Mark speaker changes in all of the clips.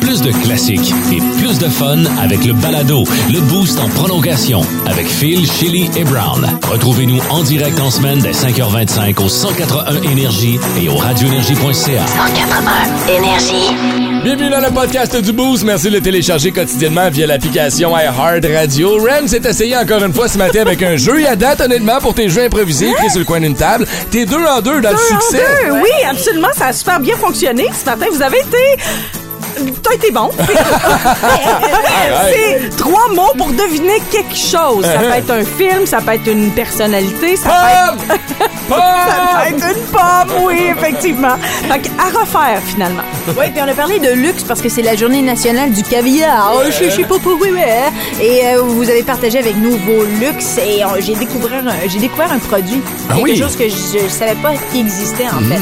Speaker 1: Plus de classiques et plus de fun avec le balado, le boost en prolongation avec Phil, Chili et Brown. Retrouvez-nous en direct en semaine dès 5h25 au 181 Énergie et au radioénergie.ca.
Speaker 2: 181 Énergie.
Speaker 3: Bienvenue dans le podcast du Boost. Merci de le télécharger quotidiennement via l'application iHeart Radio. Ren s'est essayé encore une fois ce matin avec un jeu. Et à date, honnêtement, pour tes jeux improvisés écrits sur le coin d'une table, t'es deux en deux dans le
Speaker 4: Un en
Speaker 3: succès.
Speaker 4: deux. Oui, absolument, ça a super bien fonctionné. Ce matin, vous avez été... T'as été bon. C'est trois mots pour deviner quelque chose. Ça peut être un film, ça peut être une personnalité, ça peut être...
Speaker 3: Pomme!
Speaker 4: Ça
Speaker 3: Pomme!
Speaker 4: peut être une pomme, oui, effectivement. Fait que à refaire, finalement.
Speaker 5: Oui, puis on a parlé de luxe parce que c'est la journée nationale du caviar. Oh, je je sais pas pourquoi, oui, oui. Et euh, vous avez partagé avec nous vos luxes et euh, j'ai découvert, un- j'ai découvert un produit.
Speaker 3: Ah
Speaker 5: quelque
Speaker 3: oui. Hmm.
Speaker 5: chose que je, je savais pas qui existait, en fait.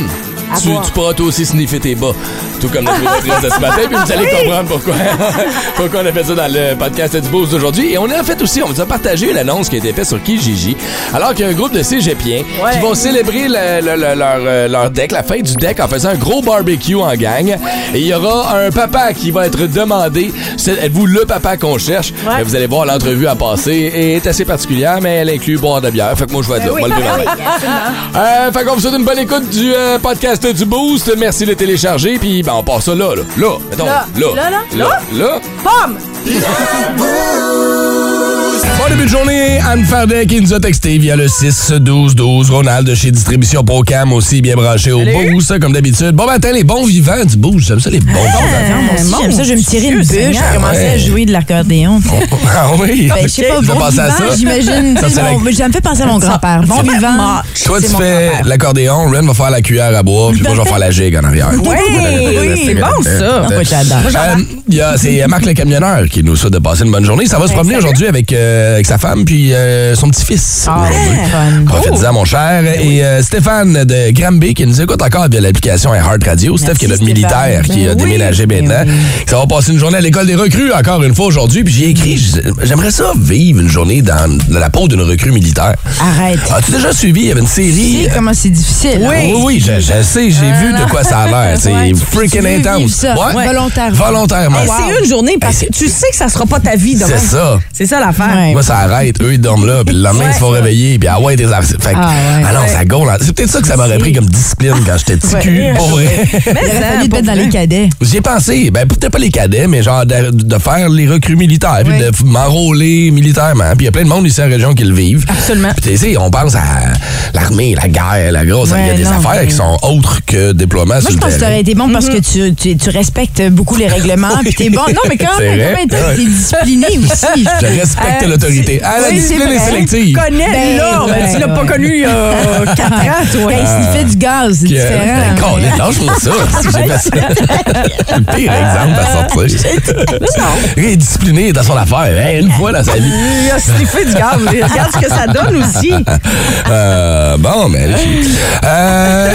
Speaker 5: À
Speaker 3: Tu,
Speaker 5: voir.
Speaker 3: tu pourras toi aussi sniffer tes bas, tout comme notre directrice de ce matin, puis vous allez comprendre pourquoi, pourquoi on a fait ça dans le podcast du Boost d'aujourd'hui. Et on a fait aussi, on vous a partagé l'annonce qui a été faite sur Kijiji, alors qu'il y a un groupe de cégepiens qui vont célébrer le- le- le- leur, euh, leur deck, la fin du deck, en faisant un gros barbecue en gang. Et il y aura un papa qui va être demandé, c'est- êtes-vous le papa qu'on cherche?
Speaker 4: Ouais.
Speaker 3: Euh, Vous allez voir, l'entrevue à passer et est assez particulière, mais elle inclut boire de bière. Fait que moi, je vais être
Speaker 5: Oui,
Speaker 3: là,
Speaker 4: Ben
Speaker 5: ah,
Speaker 3: moi, le
Speaker 5: oui,
Speaker 3: démarrer.
Speaker 5: absolument.
Speaker 3: Euh, fait qu'on vous souhaite une bonne écoute du euh, podcast du Boost. Merci de le télécharger. Puis ben, on passe ça là, là. Là, mettons. Là,
Speaker 4: Là.
Speaker 3: là,
Speaker 4: Là, là, là.
Speaker 3: là.
Speaker 4: Pomme!
Speaker 3: Bon début de journée. Anne Fardet qui nous a texté via le 6-12-12. Ronald de chez Distribution Procam aussi bien branché au Boost, comme d'habitude. Bon matin, les bons vivants du Boost. J'aime ça, les bons vivants.
Speaker 6: Non, Ah, moi aussi, j'aime ça. Je vais me tirer une bûche. Je commençais à jouer de l'accordéon.
Speaker 3: Ah oui.
Speaker 6: Ben, je sais pas,
Speaker 3: Tu vas
Speaker 6: bon
Speaker 3: passer à
Speaker 6: vivant,
Speaker 3: ça?
Speaker 6: j'imagine.
Speaker 3: Ça,
Speaker 6: tu sais,
Speaker 3: c'est
Speaker 6: bon,
Speaker 3: la-
Speaker 6: Ça me fait penser à mon grand-père. Bon vivant.
Speaker 3: Toi, tu
Speaker 6: c'est mon
Speaker 3: fais
Speaker 6: grand-père.
Speaker 3: l'accordéon, Ren va faire la cuillère à bois, puis moi, je vais faire la gigue en arrière.
Speaker 6: oui, bon, ça. Moi, j'adore.
Speaker 3: Euh, il y a- C'est Marc le camionneur qui nous souhaite de passer une bonne journée. Ça va se promener aujourd'hui avec, euh, avec sa femme puis euh, son petit-fils.
Speaker 6: Ah,
Speaker 3: aujourd'hui. Profitez-en, mon cher.
Speaker 6: Ben
Speaker 3: Et euh, Stéphane de Granby qui nous écoute encore via l'application Heart Radio. Steph, qui est notre
Speaker 6: Stéphane.
Speaker 3: militaire,
Speaker 6: Ben
Speaker 3: qui a
Speaker 6: oui.
Speaker 3: déménagé maintenant.
Speaker 6: Ben
Speaker 3: Ça va passer une journée à l'école des recrues encore une fois aujourd'hui. Puis j'ai écrit, j- j'aimerais ça vivre une journée dans, dans la peau d'une recrue militaire.
Speaker 6: Arrête.
Speaker 3: As-tu déjà suivi? Il y avait une
Speaker 6: Tu
Speaker 3: série.
Speaker 6: sais comment c'est difficile. hein?
Speaker 3: Oui, oui, je, je sais, j'ai vu de quoi ça a l'air. C'est
Speaker 6: Ouais, tu-
Speaker 3: freaking
Speaker 6: tu veux vivre
Speaker 3: intense.
Speaker 6: ça, ouais. Volontairement.
Speaker 3: Volontairement.
Speaker 7: Hey, C'est une journée parce que tu sais que ça sera pas ta vie demain.
Speaker 3: C'est ça.
Speaker 7: C'est ça l'affaire.
Speaker 6: Ouais.
Speaker 3: Moi, ça arrête. Eux, ils dorment là, puis le lendemain, ils se font réveiller, puis ah ouais, des Fait que,
Speaker 6: Ah ouais.
Speaker 3: ah non, ça gaule. C'est peut-être ça que ça m'aurait pris comme discipline quand j'étais petit cul. Pour vrai.
Speaker 6: Il aurait fallu te mettre dans les cadets.
Speaker 3: J'y ai pensé. Ben, peut-être pas les cadets, mais genre de, de faire les recrues militaires, puis de m'enrôler militairement. Puis il y a plein de monde ici en région qui le vivent.
Speaker 7: Absolument.
Speaker 3: Puis tu sais, on pense à l'armée, la guerre, la grosse. Il y a
Speaker 6: Ouais,
Speaker 3: des
Speaker 6: non,
Speaker 3: affaires
Speaker 6: mais-
Speaker 3: qui sont autres que déploiement
Speaker 6: Moi,
Speaker 3: sur
Speaker 6: je
Speaker 3: le
Speaker 6: pense que tu
Speaker 3: terrain.
Speaker 6: aurais été bon parce que tu, tu, tu respectes beaucoup les règlements. Puis t'es bon. Non, mais quand
Speaker 3: C'est
Speaker 6: même,
Speaker 3: vrai.
Speaker 6: quand même, t'es t'es discipliné aussi. Euh,
Speaker 3: Je respecte l'autorité. Ah, la
Speaker 6: Oui, c'est
Speaker 3: discipline est
Speaker 6: vrai.
Speaker 3: sélective.
Speaker 7: Connais
Speaker 6: Ben,
Speaker 7: l'homme.
Speaker 6: ouais,
Speaker 7: tu l'as pas
Speaker 6: ouais.
Speaker 7: connu il y a 4 ans, toi.
Speaker 6: Ben, s'il fait du gaz, euh. c'est
Speaker 3: Que-
Speaker 6: différent.
Speaker 3: Ben, câlin, lâche-moi ça. si j'ai fait ça. Le pire exemple à sortir. Rédiscipliné dans son affaire. hein, une fois dans sa vie.
Speaker 7: Il a sniffé du gaz. Regarde ce que ça donne aussi.
Speaker 3: Euh, bon, mais. Euh,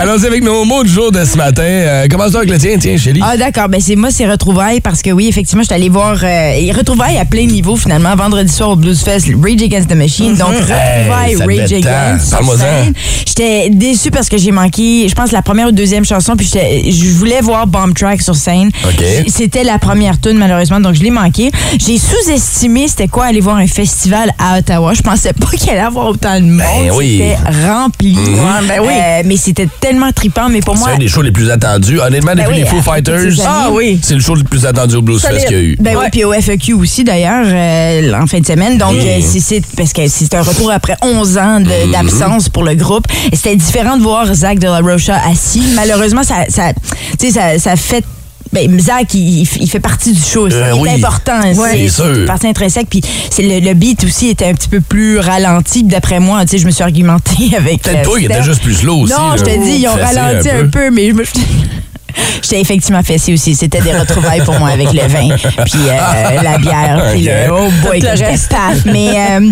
Speaker 3: Allons-y avec nos mots du jour de ce matin. Euh, Commence-toi avec le tien, tiens, Chélie.
Speaker 6: Ah d'accord, ben c'est moi c'est retrouvailles parce que oui effectivement je suis allée voir euh, et retrouvailles à plein niveau finalement vendredi soir au Bluesfest Rage Against the Machine donc
Speaker 3: Mhm. Hey,
Speaker 6: retrouvailles
Speaker 3: ça devait
Speaker 6: Rage
Speaker 3: être
Speaker 6: Against
Speaker 3: temps.
Speaker 6: sur
Speaker 3: Parle-moi-en.
Speaker 6: scène. J'étais déçue parce que j'ai manqué je pense la première ou deuxième chanson puis j'étais- je voulais voir Bomb Track sur scène.
Speaker 3: OK.
Speaker 6: J- C'était la première tune malheureusement donc je l'ai manqué. J'ai sous-estimé c'était quoi aller voir un festival à Ottawa. Je pensais pas qu'il allait avoir autant de monde.
Speaker 3: Ben oui.
Speaker 6: C'était rempli.
Speaker 3: Ouais,
Speaker 7: ben oui.
Speaker 6: Euh, mais c'était tellement trippant mais pour
Speaker 3: C'est
Speaker 6: moi Ben
Speaker 3: un des shows les plus attendus. Honnêtement, depuis
Speaker 6: oui,
Speaker 3: les Foo
Speaker 6: à toutes
Speaker 3: Fighters,
Speaker 6: ces années.
Speaker 7: Ah oui.
Speaker 3: c'est le show le plus attendu au Blues Fest
Speaker 7: Solide.
Speaker 3: qu'il y a eu.
Speaker 6: Ben oui, puis au FAQ aussi d'ailleurs euh, en fin de semaine. Donc
Speaker 3: Mm.
Speaker 6: euh, c'est- c'est parce que c'est un retour après 11 ans
Speaker 3: Mhm.
Speaker 6: de- d'absence pour le groupe. Et C'était différent de voir Zach de la Rocha assis. Malheureusement ça ça tu sais ça, ça fait ben, Zach, il, il f- il fait partie du show.
Speaker 3: Euh,
Speaker 6: C'est
Speaker 3: oui.
Speaker 6: important.
Speaker 3: C'est sûr.
Speaker 6: une partie intrinsèque. Puis c'est le, le beat aussi était un petit peu plus ralenti. Puis D'après moi, tu sais, je me suis argumentée avec.
Speaker 3: Peut-être
Speaker 6: euh,
Speaker 3: toi qui était
Speaker 6: Steph.
Speaker 3: juste plus slow aussi.
Speaker 6: Non,
Speaker 3: là.
Speaker 6: je te dis, ils ont
Speaker 3: Fessé
Speaker 6: ralenti un peu, mais je me. J'étais effectivement fessé aussi. C'était des retrouvailles pour moi avec le vin, puis euh, la bière, puis
Speaker 3: Ok.
Speaker 6: le. Oh boy,
Speaker 7: Tout le
Speaker 6: que j'étais paf. Mais. euh,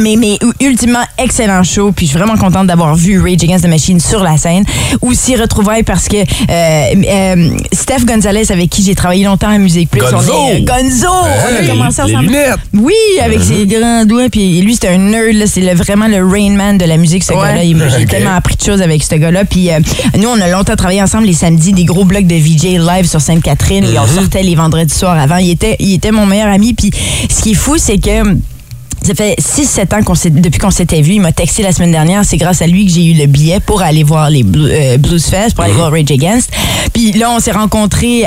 Speaker 6: Mais, mais ultimement, excellent show. Puis je suis vraiment contente d'avoir vu Rage Against the Machine sur la scène. Aussi, retrouvailles parce que euh, euh, Steph Gonzalez, avec qui j'ai travaillé longtemps à Musique Plus,
Speaker 8: Gonzo!
Speaker 6: on, est, euh, Gonzo!
Speaker 3: Ben
Speaker 6: on
Speaker 8: Hey,
Speaker 6: a commencé
Speaker 8: les
Speaker 6: ensemble.
Speaker 8: lunettes!
Speaker 6: Oui, avec ses grands doigts. Puis lui, c'est un nerd. là. C'est le- vraiment le Rain Man de la musique, ce gars-là. Il m'a- J'ai
Speaker 8: Ok.
Speaker 6: tellement appris de choses avec ce gars-là. Puis euh, nous, on a longtemps travaillé ensemble les samedis, des gros blocs de VJ live sur Sainte-Catherine. Et on
Speaker 3: Mm-hmm.
Speaker 6: sortait les vendredis soirs avant. Il était, il était mon meilleur ami. Puis ce qui est fou, c'est que. hum, Ça fait 6-7 ans qu'on s'est- depuis qu'on s'était vu. Il m'a texté la semaine dernière. C'est grâce à lui que j'ai eu le billet pour aller voir les Blue- euh, Blues Fest, pour aller
Speaker 3: Mm-hmm.
Speaker 6: voir Rage Against. Puis là, on s'est rencontrés euh,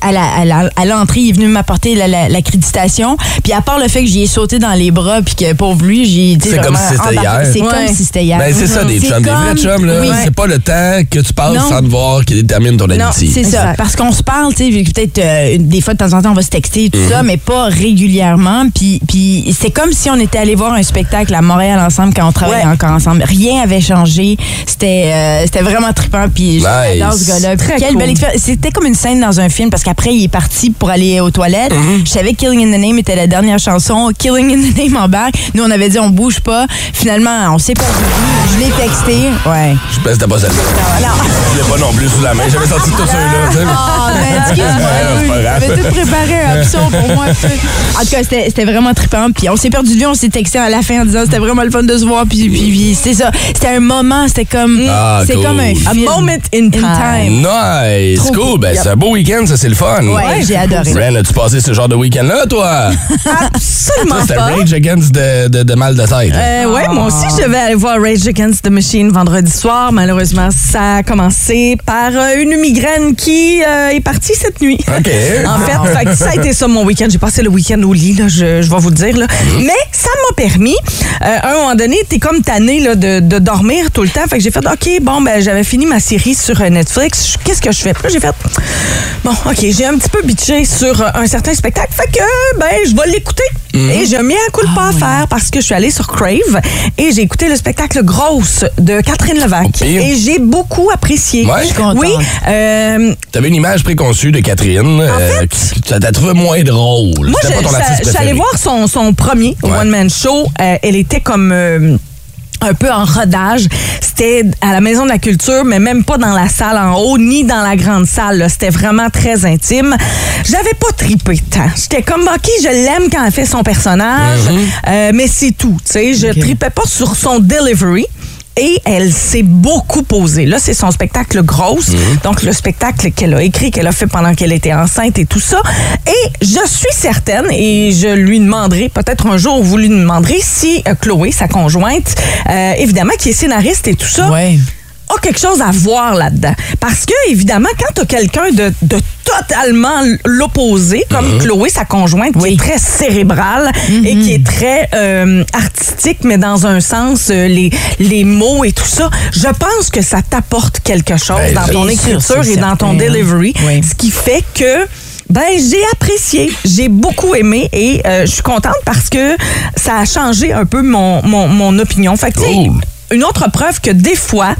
Speaker 6: à la- à la- à l'entrée. Il est venu m'apporter la- la- l'accréditation. Puis à part le fait que j'y ai sauté dans les bras, puis que pauvre lui, j'ai tu sais,
Speaker 3: C'est comme
Speaker 6: vraiment
Speaker 3: si c'était
Speaker 6: embarqué.
Speaker 3: hier.
Speaker 6: C'est
Speaker 4: Ouais.
Speaker 6: comme si c'était hier.
Speaker 3: Ben, c'est ça, des
Speaker 6: C'est
Speaker 3: chums. Des vrais
Speaker 6: comme-
Speaker 3: chums, là.
Speaker 6: oui.
Speaker 3: C'est pas le temps que tu passes
Speaker 6: Non.
Speaker 3: sans te voir qui détermine ton
Speaker 6: Non,
Speaker 3: amitié.
Speaker 6: c'est ça. Parce qu'on se parle, tu sais, vu que peut-être euh, des fois de temps en temps on va se texter et
Speaker 3: Mhm.
Speaker 6: tout ça, mais pas régulièrement. Puis, puis c'est comme si on était allé voir un spectacle à Montréal ensemble quand on travaillait encore ensemble. Rien avait changé. C'était, euh, c'était vraiment trippant. Puis j'adore
Speaker 3: Nice.
Speaker 6: ce gars-là. Puis
Speaker 4: Très
Speaker 6: Quelle
Speaker 4: cool.
Speaker 6: belle expérience. C'était comme une scène dans un film parce qu'après il est parti pour aller aux toilettes.
Speaker 3: Mhm.
Speaker 6: Je savais que Killing in the Name était la dernière chanson. Killing in the Name en bas. Nous on avait dit on bouge pas. Finalement on s'est pas bougé. Je l'ai texté. Ouais.
Speaker 3: Je pense que c'était pas celle-là. Je l'ai pas non plus sous la main. J'avais sorti tous ceux-là. tu sais.
Speaker 6: Ah, ben,
Speaker 3: c'est pas
Speaker 6: excuse-moi.
Speaker 3: grave.
Speaker 6: J'avais tout préparé un option pour moi. tout. En tout cas, c'était c'était vraiment trippant. Puis on s'est perdu de vue, on s'est texté à la fin en disant c'était vraiment le fun de se voir. Puis, puis, puis c'est ça. C'était un moment, c'était comme.
Speaker 3: Ah,
Speaker 6: c'est
Speaker 3: cool.
Speaker 6: comme un
Speaker 4: A
Speaker 6: film.
Speaker 4: moment
Speaker 3: Mm.
Speaker 4: in time.
Speaker 6: time.
Speaker 3: Nice,
Speaker 6: Trop
Speaker 3: cool.
Speaker 6: cool.
Speaker 3: Ben, c'est un beau week-end, ça, c'est le fun.
Speaker 6: Ouais, j'ai adoré.
Speaker 3: Ren, as-tu passé ce genre de week-end-là, toi? Toi,
Speaker 4: Absolument
Speaker 3: c'était
Speaker 4: pas.
Speaker 3: Rage Against de, de, de mal de tête.
Speaker 4: Euh, ouais, moi aussi, je devais aller voir Rage Against the Machine vendredi soir. Malheureusement, ça a commencé par euh, une migraine qui euh, est partie cette nuit.
Speaker 3: OK.
Speaker 4: En fait, fait que ça a été ça mon week-end. J'ai passé le week-end au lit, là, je, je vais vous le dire. Là.
Speaker 3: Mm-hmm.
Speaker 4: Mais ça m'a permis, euh, à un moment donné, t'es comme tanné là, de, de dormir tout le temps. Fait que j'ai fait, OK, bon, ben j'avais fini ma série sur euh, Netflix. Je- Qu'est-ce que je fais? Puis là, j'ai fait, bon, OK, j'ai un petit peu bitché sur euh, un certain spectacle. Fait que, ben, je vais l'écouter.
Speaker 3: Mm-hmm.
Speaker 4: Et j'ai mis un coup
Speaker 3: Ah
Speaker 4: de pas à faire parce que je suis allée sur Crave et j'ai écouté le spectacle Grosse de Catherine Levac.
Speaker 3: Oh, pire.
Speaker 4: et j'ai beaucoup apprécié.
Speaker 3: Ouais? Je suis
Speaker 6: contente.
Speaker 4: Oui. euh,
Speaker 3: T'avais une image préconçue de Catherine. euh,
Speaker 4: fait-
Speaker 3: qui- tu t'as trouvé moins drôle.
Speaker 4: Moi, je,
Speaker 3: C'était pas ton
Speaker 4: je-
Speaker 3: artiste
Speaker 4: je suis
Speaker 3: préféré.
Speaker 4: allée voir son, son premier
Speaker 3: Ouais.
Speaker 4: one-man show. Euh, elle était comme... euh, un peu en rodage. C'était à la Maison de la Culture, mais même pas dans la salle en haut, ni dans la grande salle. là. C'était vraiment très intime. J'avais pas tripé tant. J'étais comme, OK, je l'aime quand elle fait son personnage,
Speaker 3: Mm-hmm.
Speaker 4: euh, mais c'est tout. Tu sais, je tripais pas sur son delivery. Et elle s'est beaucoup posée. Là, c'est son spectacle grosse. Donc, le spectacle qu'elle a écrit, qu'elle a fait pendant qu'elle était enceinte et tout ça. Et je suis certaine, et je lui demanderai, peut-être un jour, vous lui demanderez si euh, Chloé, sa conjointe, euh, évidemment, qui est scénariste et tout ça,
Speaker 6: Ouais.
Speaker 4: a quelque chose à voir là-dedans. Parce que, évidemment, quand tu as quelqu'un de, de totalement l'opposé, comme Chloé, sa conjointe, qui est très cérébrale et
Speaker 6: Mhm.
Speaker 4: qui est très euh, artistique, mais dans un sens, euh, les, les mots et tout ça, je pense que ça t'apporte quelque chose
Speaker 3: Ben,
Speaker 4: dans
Speaker 3: c'est
Speaker 4: ton
Speaker 6: sûr,
Speaker 4: écriture
Speaker 6: c'est
Speaker 4: et dans ton
Speaker 6: certain, hein.
Speaker 4: delivery,
Speaker 6: Oui.
Speaker 4: ce qui fait que... Ben, j'ai apprécié, j'ai beaucoup aimé et euh, je suis contente parce que ça a changé un peu mon, mon, mon opinion. Fait que, tu sais,
Speaker 3: Cool.
Speaker 4: une autre preuve que des fois,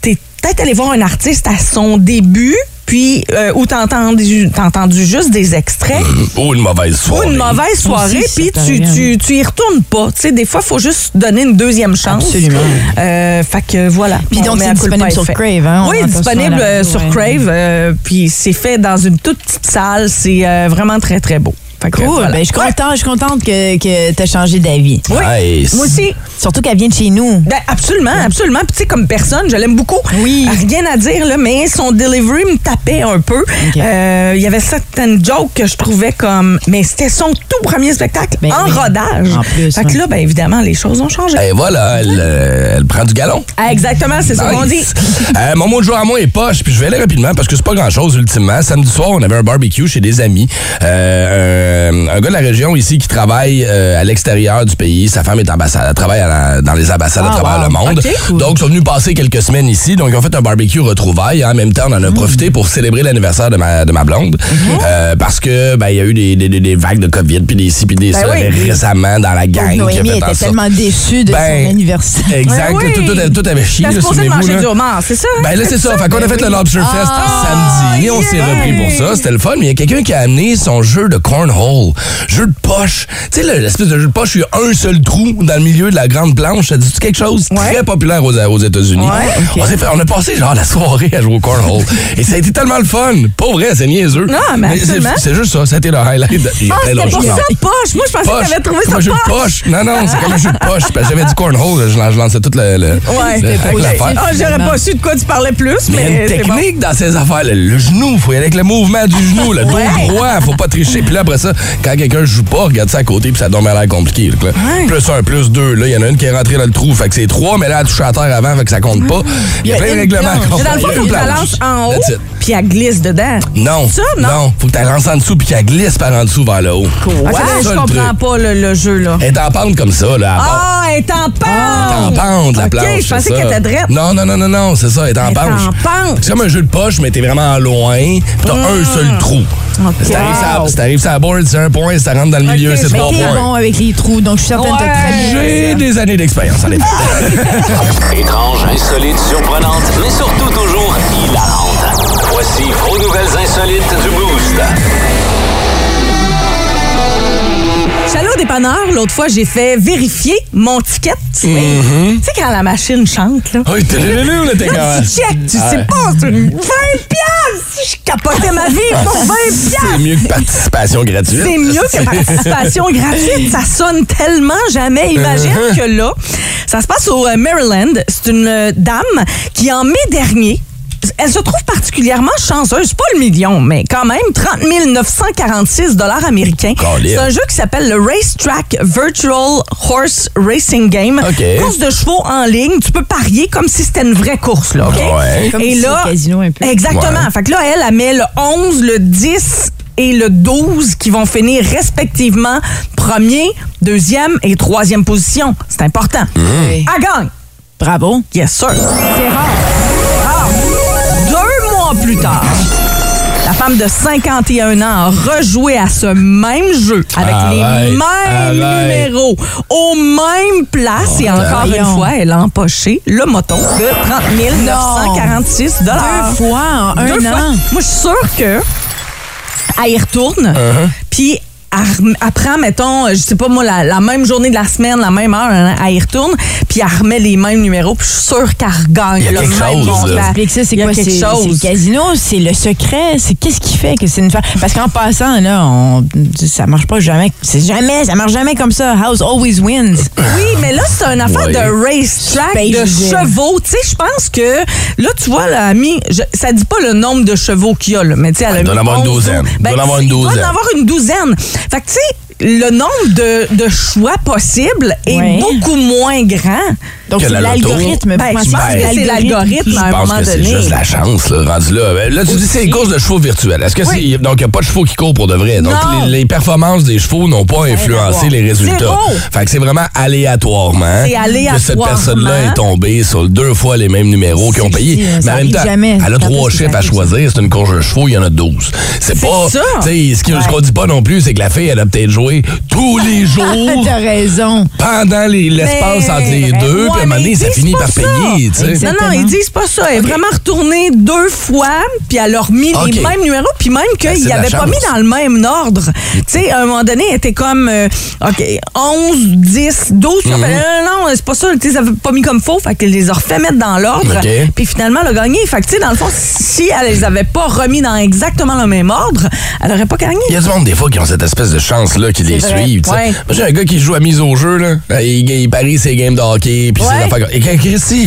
Speaker 4: t'es peut-être allé voir un artiste à son début, puis euh, où t'as entendu, t'as entendu juste des extraits
Speaker 3: Ou une mauvaise
Speaker 4: ou
Speaker 3: soirée.
Speaker 4: une mauvaise soirée,
Speaker 6: Aussi, ça
Speaker 4: puis tu,
Speaker 6: t'arrive.
Speaker 4: tu, tu y retournes pas. Tu sais, des fois, faut juste donner une deuxième chance.
Speaker 6: Absolument.
Speaker 4: Euh, fait que voilà.
Speaker 6: Puis
Speaker 4: Mon
Speaker 6: donc,
Speaker 4: mea culpa
Speaker 6: c'est disponible
Speaker 4: est
Speaker 6: sur
Speaker 4: fait.
Speaker 6: Crave, hein? On
Speaker 4: oui,
Speaker 6: entend ça à
Speaker 4: disponible
Speaker 6: la
Speaker 4: euh,
Speaker 6: radio,
Speaker 4: sur
Speaker 6: ouais.
Speaker 4: Crave, euh, puis c'est fait dans une toute petite salle. C'est euh, vraiment très, très beau. Fait que,
Speaker 6: Cool.
Speaker 4: voilà.
Speaker 6: Ben, je suis contente, je suis contente que, que tu as changé d'avis.
Speaker 3: Nice.
Speaker 4: Moi aussi,
Speaker 6: Surtout qu'elle vient de chez nous.
Speaker 4: Ben, absolument, absolument. Puis tu sais, comme personne, je l'aime beaucoup.
Speaker 6: Oui.
Speaker 4: Rien à dire, là, mais son delivery me tapait un peu. Euh, Il y avait certaines jokes que je trouvais comme... Mais c'était son tout premier spectacle
Speaker 6: Ben
Speaker 4: en
Speaker 6: oui.
Speaker 4: rodage.
Speaker 6: En plus,
Speaker 4: Fait que
Speaker 6: ouais.
Speaker 4: là, ben, évidemment, les choses ont changé.
Speaker 3: Et Eh, voilà, elle, euh, elle prend du galon.
Speaker 4: Ah, exactement, c'est ça qu'on dit.
Speaker 3: Nice. Euh, mon mot de jour à moi est poche, puis je vais aller rapidement parce que c'est pas grand chose ultimement. Samedi soir, on avait un barbecue chez des amis. Euh, un, un gars de la région ici qui travaille euh, à l'extérieur du pays. Sa femme est ambassade, elle travaille à la- dans les ambassades à
Speaker 6: Ah,
Speaker 3: travers
Speaker 6: wow.
Speaker 3: le monde.
Speaker 6: Ok, cool.
Speaker 3: Donc, ils sont venus passer quelques semaines ici. Donc, ils ont fait un barbecue retrouvaille. En même temps, on en a profité pour célébrer l'anniversaire de ma, de ma blonde. Euh, parce que ben, il y a eu des, des- des- des vagues de COVID, puis des ci, puis des
Speaker 4: Ben
Speaker 3: ça
Speaker 4: oui.
Speaker 3: récemment dans la gang. qui a
Speaker 6: Noémie
Speaker 3: fait en
Speaker 6: était
Speaker 3: sorte-
Speaker 6: tellement déçue de
Speaker 3: Ben,
Speaker 6: son anniversaire.
Speaker 3: Exact.
Speaker 4: Ben oui.
Speaker 3: Tout, tout- tout avait chié.
Speaker 4: T'es
Speaker 3: là,
Speaker 4: supposé de
Speaker 3: souvenez-vous,
Speaker 4: manger Ah,
Speaker 3: là.
Speaker 4: du homard, c'est ça?
Speaker 3: Ben là, c'est ça. Fait qu'on a fait le Lobster Fest samedi. Et on s'est repris pour ça. C'était le fun. Mais il y a quelqu'un qui a amené son jeu de cornhole. hole. Jeu de poche. Tu sais, le- l'espèce de jeu de poche, il y a un seul trou dans le milieu de la grande planche. Ça dit quelque chose de très populaire aux, aux États-Unis. on, s'est fait- on a passé genre la soirée à jouer au cornhole. Et ça a été tellement le fun. Pas vrai, c'est niaiseux.
Speaker 4: Non, mais
Speaker 3: c'est,
Speaker 4: absolument.
Speaker 3: c'est juste ça. Ça a été le highlight. de- il y a plein
Speaker 4: Ah, c'était
Speaker 3: d'autres
Speaker 4: pour
Speaker 3: choses.
Speaker 4: ça, poche. Moi, je pensais que t'avais trouvé
Speaker 3: Comme un
Speaker 4: ça
Speaker 3: jeu
Speaker 4: poche.
Speaker 3: de poche. Non, non, c'est comme un jeu de poche. Parce que J'avais du cornhole, je lance, je lançais tout le. le
Speaker 4: Ouais,
Speaker 3: le- avec l'affaire.
Speaker 4: Ah, j'aurais pas su de quoi tu parlais plus,
Speaker 3: Mais il y a
Speaker 4: mais
Speaker 3: une
Speaker 4: c'est bon.
Speaker 3: technique dans ces affaires. là. Le genou, faut y aller avec le mouvement du genou, le dos droit, faut pas tricher. Puis là, après ça, quand quelqu'un joue pas, regarde ça à côté, puis ça donne à l'air compliqué. Donc là, Plus un, plus deux. Là, il y en a une qui est rentrée dans le trou, fait que c'est trois, mais là, elle a touché à terre avant, fait que ça compte pas. Il y a plein de règlements. à
Speaker 4: Mais dans le fond,
Speaker 3: comprendre.
Speaker 4: faut que tu la lances en haut,
Speaker 3: That's it.
Speaker 4: puis elle glisse dedans.
Speaker 3: Non.
Speaker 4: Ça, non?
Speaker 3: Faut que tu la lances en dessous, puis qu'elle glisse par en dessous vers le haut.
Speaker 4: Ah, ça,
Speaker 3: C'est
Speaker 4: je
Speaker 3: ça, le
Speaker 4: comprends
Speaker 3: truc.
Speaker 4: pas le, le jeu, là.
Speaker 3: Elle est en pente comme ça, là. à part.
Speaker 4: Ah, elle est en pente!
Speaker 3: en pente, la
Speaker 4: Ok,
Speaker 3: planche.
Speaker 4: je
Speaker 3: c'est
Speaker 4: pensais
Speaker 3: ça.
Speaker 4: qu'elle était droite.
Speaker 3: Non, non, non, non, non, c'est ça, elle est en
Speaker 4: Elle est
Speaker 3: penche.
Speaker 4: en penche.
Speaker 3: C'est comme un jeu de poche, mais t'es vraiment loin, puis t'as un
Speaker 4: Ah!
Speaker 3: seul trou. Si t'arrives sur la- si t'arrives sur la board, c'est un point, si ça rentre dans le milieu, c'est
Speaker 6: Mais
Speaker 3: trois
Speaker 6: t'es
Speaker 3: points.
Speaker 6: bon avec les trous, donc je suis certaine que t'as très bien.
Speaker 3: J'ai des années d'expérience, allez.
Speaker 4: Ah!
Speaker 1: Étrange, insolite, surprenante, mais surtout toujours hilarante. Voici vos nouvelles insolites du Boost.
Speaker 4: J'allais au dépanneur, l'autre fois, j'ai fait vérifier mon ticket. Tu sais, quand la machine chante, là.
Speaker 3: Oui, t'es on était Mm-hmm. quand
Speaker 4: Là,
Speaker 3: même.
Speaker 4: tu check, tu sais pas, c'est une 20 piastres! Je capotais ma vie pour 20
Speaker 3: Ah, C'est
Speaker 4: piastres!
Speaker 3: mieux que participation gratuite.
Speaker 4: C'est mieux que participation gratuite. Ça sonne tellement
Speaker 3: Uh-huh.
Speaker 4: jamais. Imagine que là, ça se passe au euh, Maryland. C'est une euh, dame qui, en mai dernier, elle se trouve particulièrement chanceuse, pas le million, mais quand même 30 946 dollars américains.
Speaker 3: Colin.
Speaker 4: C'est un jeu qui s'appelle le Racetrack Virtual Horse Racing Game.
Speaker 3: OK.
Speaker 4: Course de chevaux en ligne. Tu peux parier comme si c'était une vraie course, là. OK?
Speaker 3: Ah Ouais.
Speaker 6: Comme si c'était au casino un peu.
Speaker 4: Exactement.
Speaker 3: Ouais.
Speaker 4: Fait que là, elle, elle met le 11, le 10 et le 12 qui vont finir respectivement premier, deuxième et troisième position. C'est important.
Speaker 3: Mmh.
Speaker 4: Elle gagne.
Speaker 6: Bravo.
Speaker 4: Yes, sir. C'est rare. Ah, deux mois plus tard, la femme de 51 ans a rejoué à ce même jeu avec
Speaker 3: Arrête,
Speaker 4: les mêmes
Speaker 3: arrête.
Speaker 4: numéros, aux mêmes places et encore une
Speaker 6: voyons.
Speaker 4: fois, elle a empoché le moton de 30 946
Speaker 6: Deux fois en un
Speaker 4: deux
Speaker 6: an.
Speaker 4: fois. Moi, je suis sûre que elle y retourne,
Speaker 3: Uh-huh.
Speaker 4: puis elle rem- elle prend, mettons, euh, je sais pas moi, la, la même journée de la semaine, la même heure, hein, elle y retourne, puis elle remet les mêmes numéros, puis je suis sûre qu'elle regagne
Speaker 3: Il y a
Speaker 4: le
Speaker 3: quelque
Speaker 4: même
Speaker 3: chose,
Speaker 4: montant.
Speaker 3: là.
Speaker 6: Explique ça, c'est
Speaker 4: Il y a
Speaker 6: quoi? C'est
Speaker 4: quelque
Speaker 6: c'est
Speaker 4: chose.
Speaker 6: le casino, c'est le secret, c'est qu'est-ce qui fait que c'est une femme? Parce qu'en passant, là, on, ça marche pas jamais. C'est jamais, ça marche jamais comme ça. House always wins.
Speaker 4: Oui, mais là, c'est une affaire
Speaker 3: Ouais.
Speaker 4: de racetrack,
Speaker 6: Space
Speaker 4: de
Speaker 6: Jam.
Speaker 4: chevaux. Tu sais, je pense que, là, tu vois, la ami, je- ça dit pas le nombre de chevaux qu'il y a, là, mais tu sais, elle a
Speaker 3: Il doit en
Speaker 4: mis
Speaker 3: avoir une
Speaker 4: 11,
Speaker 3: douzaine. Il doit en avoir une
Speaker 4: il doit en
Speaker 3: douzaine.
Speaker 4: avoir une douzaine. Fait que, tu sais, le nombre de, de choix possibles est
Speaker 6: Ouais.
Speaker 4: beaucoup moins grand.
Speaker 6: Donc,
Speaker 3: Que
Speaker 6: c'est
Speaker 3: la loto.
Speaker 6: l'algorithme.
Speaker 4: Ben,
Speaker 6: Comment
Speaker 4: je
Speaker 6: ça
Speaker 4: pense
Speaker 6: marche,
Speaker 4: que c'est l'algorithme à
Speaker 3: Je
Speaker 4: un
Speaker 3: pense
Speaker 4: moment
Speaker 3: que c'est
Speaker 4: donné.
Speaker 3: juste la chance, là, rendu là. Ben, Là, tu dis c'est une course de chevaux virtuels. Est-ce que c'est. Donc, il n'y a pas de chevaux qui courent pour de vrai. Donc,
Speaker 4: Non.
Speaker 3: les, les performances des chevaux n'ont pas influencé les résultats.
Speaker 4: Zéro.
Speaker 3: Fait que c'est vraiment aléatoirement
Speaker 4: C'est
Speaker 3: que cette
Speaker 4: aléatoirement.
Speaker 3: personne-là est tombée sur deux fois les mêmes numéros qu'ils ont
Speaker 6: C'est
Speaker 3: payés.
Speaker 6: qui, euh,
Speaker 3: Mais
Speaker 6: ça
Speaker 3: en même
Speaker 6: arrive
Speaker 3: temps,
Speaker 6: jamais.
Speaker 3: elle a
Speaker 6: Ça
Speaker 3: trois
Speaker 6: arrive
Speaker 3: chiffres à
Speaker 6: jamais, ça.
Speaker 3: choisir. C'est une course de chevaux, il y en a 12. C'est pas.
Speaker 4: ça.
Speaker 3: Tu sais, ce qui- ce qu'on dit pas non plus, c'est que la fille, elle a peut-être joué tous les jours.
Speaker 6: T'as raison.
Speaker 3: pendant les- l'espace
Speaker 4: Mais-
Speaker 3: entre les deux, puis à un
Speaker 4: Ben, Ouais,
Speaker 3: moment
Speaker 4: mais
Speaker 3: donné,
Speaker 4: ils
Speaker 3: ça
Speaker 4: disent
Speaker 3: finit
Speaker 4: pas
Speaker 3: par
Speaker 4: ça.
Speaker 3: payer, tu sais.
Speaker 4: Non, non,
Speaker 6: Exactement.
Speaker 4: ils disent pas ça. Elle est vraiment retournée deux fois, puis elle a remis
Speaker 3: Ok.
Speaker 4: les mêmes numéros, puis même
Speaker 3: Ben, c'est
Speaker 4: qu'ils
Speaker 3: de la
Speaker 4: n'avaient pas
Speaker 3: chance. Mm.
Speaker 4: mis dans le même ordre. tu sais, à un moment donné, elle était comme, euh, OK, 11, 10, 12. puis elle fait,
Speaker 3: Mm-hmm.
Speaker 4: Non, non, c'est pas ça. Tu sais, ça avait pas mis comme faux. Fait qu'elle les a refait mettre dans l'ordre.
Speaker 3: Ok.
Speaker 4: Puis finalement, elle a gagné. Fait que, tu sais, dans le fond, si elle les avait pas remis dans exactement le même ordre, elle aurait pas gagné.
Speaker 3: Il y a du monde, des fois, qui ont cette espèce de chance-là, qui les
Speaker 4: vrai.
Speaker 3: suivent. tu sais.
Speaker 4: Ouais.
Speaker 3: Moi, j'ai un gars qui joue à mise au jeu, là. Euh, Il, il parie ses games de hockey, puis ses
Speaker 4: Ouais.
Speaker 3: affaires. comme- Et quand Christy,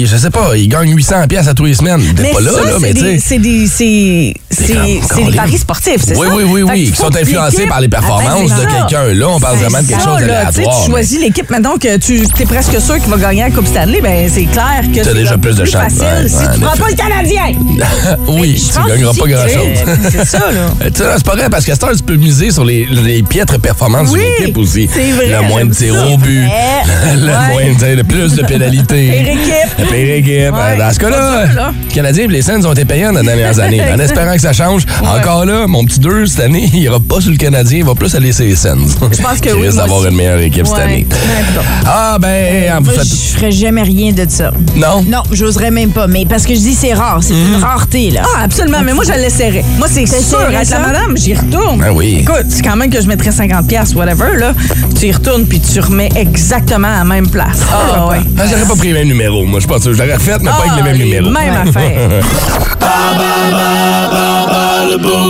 Speaker 3: il- je sais pas, il gagne 800 pièces à tous les semaines. T'es pas là,
Speaker 4: ça,
Speaker 3: là,
Speaker 4: c'est
Speaker 3: mais tu
Speaker 4: des-
Speaker 3: sais.
Speaker 4: C'est des, c'est- c'est-
Speaker 3: comme-
Speaker 4: c'est
Speaker 3: Colin.
Speaker 4: des paris sportifs, c'est
Speaker 3: Oui,
Speaker 4: ça?
Speaker 3: oui, oui,
Speaker 4: Fait
Speaker 3: oui,
Speaker 4: qu'il
Speaker 3: qui
Speaker 4: faut
Speaker 3: sont
Speaker 4: que
Speaker 3: influencés
Speaker 4: l'équipe-
Speaker 3: par les performances
Speaker 4: Ah ben,
Speaker 3: de
Speaker 4: c'est ça. Ben,
Speaker 3: quelqu'un. Là, on parle
Speaker 4: C'est
Speaker 3: vraiment de quelque
Speaker 4: ça,
Speaker 3: chose
Speaker 4: là. Tu sais,
Speaker 3: d'aléatoire.
Speaker 4: Tu choisis l'équipe maintenant que tu es presque sûr qu'il va gagner la Coupe Stanley, ben c'est clair que
Speaker 3: T'as
Speaker 4: c'est
Speaker 3: déjà
Speaker 4: le
Speaker 3: plus de chance,
Speaker 4: facile
Speaker 3: ouais,
Speaker 4: si
Speaker 3: ouais,
Speaker 4: tu
Speaker 3: en
Speaker 4: prends
Speaker 3: effet.
Speaker 4: pas le Canadien.
Speaker 3: oui, tu gagneras pas grand-chose.
Speaker 4: C'est ça, là.
Speaker 3: Euh, Tu sais, là, c'est pas vrai, parce qu'à cette heure, tu peux miser sur les, les piètres performances
Speaker 4: Oui,
Speaker 3: de l'équipe aussi.
Speaker 4: c'est vrai,
Speaker 3: Le moins de tirs
Speaker 4: j'aime ça.
Speaker 3: au but, le moins de tirs, le plus de pénalités.
Speaker 4: Pire équipe.
Speaker 3: La pire équipe.
Speaker 4: Ouais,
Speaker 3: Dans ce
Speaker 4: c'est pas
Speaker 3: cas-là,
Speaker 4: dur, là.
Speaker 3: les Canadiens et les Saints ont été payants dans les dernières années, en espérant que que ça change. Encore là, mon petit 2 cette année, il ira pas sur le Canadien, il va plus aller sur les Sens. Je
Speaker 4: pense que
Speaker 3: Il
Speaker 4: oui,
Speaker 3: risque
Speaker 4: moi
Speaker 3: d'avoir
Speaker 4: aussi.
Speaker 3: une meilleure équipe cette
Speaker 4: Ouais.
Speaker 3: année. Ah, ben, en
Speaker 6: Moi,
Speaker 3: fait.
Speaker 6: je ferais jamais rien de ça.
Speaker 3: Non?
Speaker 6: Non, j'oserais même pas. Mais parce que je dis c'est rare, c'est une rareté, là.
Speaker 4: Ah, absolument, mais moi, je l'essaierais. Moi, c'est sûr,
Speaker 6: T'essaierais
Speaker 4: être
Speaker 6: ça?
Speaker 4: la madame, j'y retourne.
Speaker 3: Ben oui.
Speaker 4: Écoute, c'est quand même que je mettrais 50$, whatever, là. Tu y retournes, puis tu remets exactement à la même place. Ah, ouais.
Speaker 3: Ah, j'aurais pas pris les mêmes numéros, moi, je pense. Je l'aurais refait, mais pas avec les mêmes numéros.
Speaker 4: Ah, Même affaire.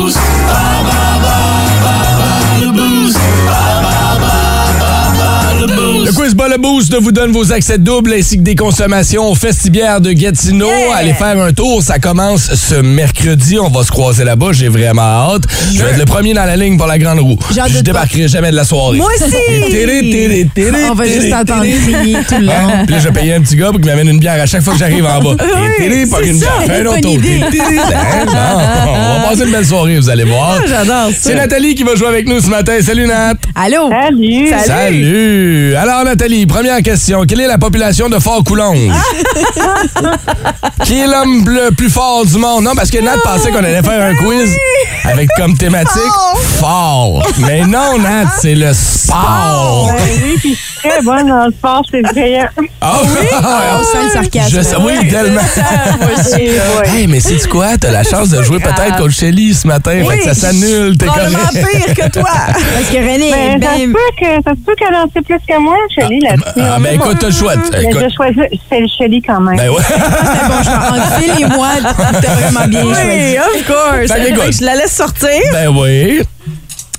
Speaker 3: Le quiz Ball Boost vous donne vos accès doubles ainsi que des consommations aux festibières de Gatineau. Allez faire un tour, ça commence ce mercredi. On va se croiser là-bas, j'ai vraiment hâte. Je vais être le premier dans la ligne pour la grande roue.
Speaker 6: J'en
Speaker 3: Je
Speaker 6: doute
Speaker 3: débarquerai jamais de la soirée.
Speaker 4: Moi aussi!
Speaker 3: Tiri, tiri, tiri,
Speaker 6: On va
Speaker 3: tiri,
Speaker 6: juste
Speaker 3: tiri.
Speaker 6: entendre crier tout le long.
Speaker 3: Hein? Puis là, je vais payer un petit gars pour qu'il m'amène une bière à chaque fois que j'arrive en bas. Et tiri, pas une bière, fais un autre tour. Tiri, hein, non. On va passer une belle soirée, vous allez voir.
Speaker 4: J'adore ça.
Speaker 3: C'est Nathalie qui va jouer avec nous ce matin. Salut Nat!
Speaker 6: Allô?
Speaker 4: Salut.
Speaker 3: Salut! Alors, Nathalie, première question. Quelle est la population de Fort-Coulonge? Qui est l'homme le plus fort du monde? Non, parce que Nat pensait qu'on allait faire
Speaker 9: Ah,
Speaker 3: un quiz avec comme thématique fort. Mais non, Nat, c'est le sport.
Speaker 9: ben oui, puis je suis très bonne dans le sport, c'est vrai.
Speaker 3: Ah oui?
Speaker 6: On sent le sarcasme.
Speaker 3: Je sais- oui, tellement.
Speaker 9: Ah, Et ouais.
Speaker 3: Hey, mais c'est quoi? T'as la chance de jouer peut-être contre Shelly ce matin. Fait que ça s'annule, t'es
Speaker 4: Probablement
Speaker 3: correct.
Speaker 4: pire que toi.
Speaker 6: Parce que René est
Speaker 9: Ben, ça se
Speaker 6: bien...
Speaker 9: peut que- ça se peut qu'elle en sait plus que moi, Shelly, là-dessus.
Speaker 3: Ah, ben écoute, t'as le choix.
Speaker 9: Mais
Speaker 3: Écoute.
Speaker 9: je choisis, c'est le Shelly quand même.
Speaker 3: Ben ouais.
Speaker 6: Entre Phil et moi, t'as vraiment bien joué.
Speaker 4: Oui, of course.
Speaker 3: Fait que
Speaker 4: Fait que
Speaker 3: écoute.
Speaker 4: je la laisse sortir.
Speaker 3: Ben oui.